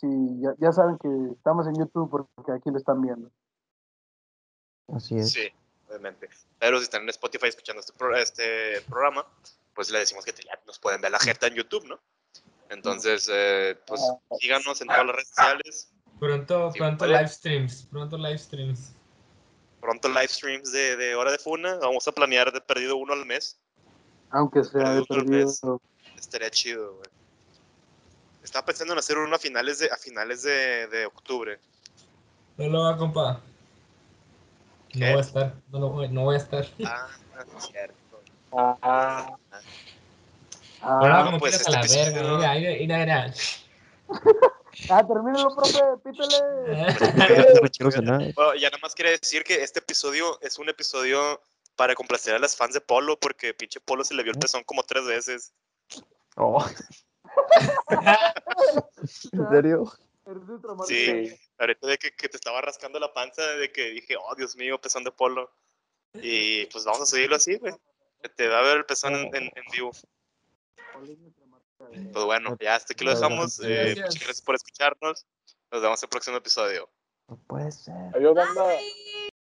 [SPEAKER 4] si ya, ya saben que estamos en YouTube porque aquí lo están viendo.
[SPEAKER 3] Así es.
[SPEAKER 2] Sí, obviamente. Pero si están en Spotify escuchando este, pro- este programa, pues le decimos que te- ya nos pueden ver la jeta en YouTube, ¿no? Entonces, eh, pues
[SPEAKER 4] Ah,
[SPEAKER 2] síganos en todas las redes sociales.
[SPEAKER 5] Pronto,
[SPEAKER 2] Sí,
[SPEAKER 5] pronto
[SPEAKER 2] puede.
[SPEAKER 5] live streams, pronto live streams.
[SPEAKER 2] Pronto live streams de, de Hora de Funa. Vamos a planear de perdido uno al mes.
[SPEAKER 4] Aunque sea de
[SPEAKER 2] Perdido,
[SPEAKER 4] perdido.
[SPEAKER 2] pues. Estaría chido, güey. Estaba pensando en hacer uno a finales de, a finales de, de octubre.
[SPEAKER 5] No lo va, compa. No
[SPEAKER 2] ¿Qué?
[SPEAKER 5] voy a estar, no, lo voy, no voy a estar.
[SPEAKER 2] Ah, cierto.
[SPEAKER 8] Ah,
[SPEAKER 5] Ahora
[SPEAKER 4] Ah,
[SPEAKER 2] bueno,
[SPEAKER 5] me
[SPEAKER 2] pues,
[SPEAKER 5] tiras
[SPEAKER 2] este
[SPEAKER 5] a la verga,
[SPEAKER 2] episodio-
[SPEAKER 5] mira, mira, mira, mira.
[SPEAKER 4] ah, termínalo, profe, pítale.
[SPEAKER 3] No quiero cenar.
[SPEAKER 2] Bueno, ya nada más quería decir que este episodio es un episodio para complacer a las fans de Polo, porque pinche Polo se le vio el pezón como tres veces.
[SPEAKER 3] Oh. ¿En serio?
[SPEAKER 4] Eres de ultramar-
[SPEAKER 2] Sí, ahorita de que, que te estaba rascando la panza, de que dije, oh Dios mío, pezón de Polo. Y pues vamos a seguirlo así, güey. Te va a ver el pezón en, en- en vivo. Pues bueno, ya hasta aquí lo dejamos. Eh, muchas gracias por escucharnos. Nos vemos en el próximo episodio.
[SPEAKER 3] No puede ser.
[SPEAKER 8] adiós, banda.
[SPEAKER 6] Bye.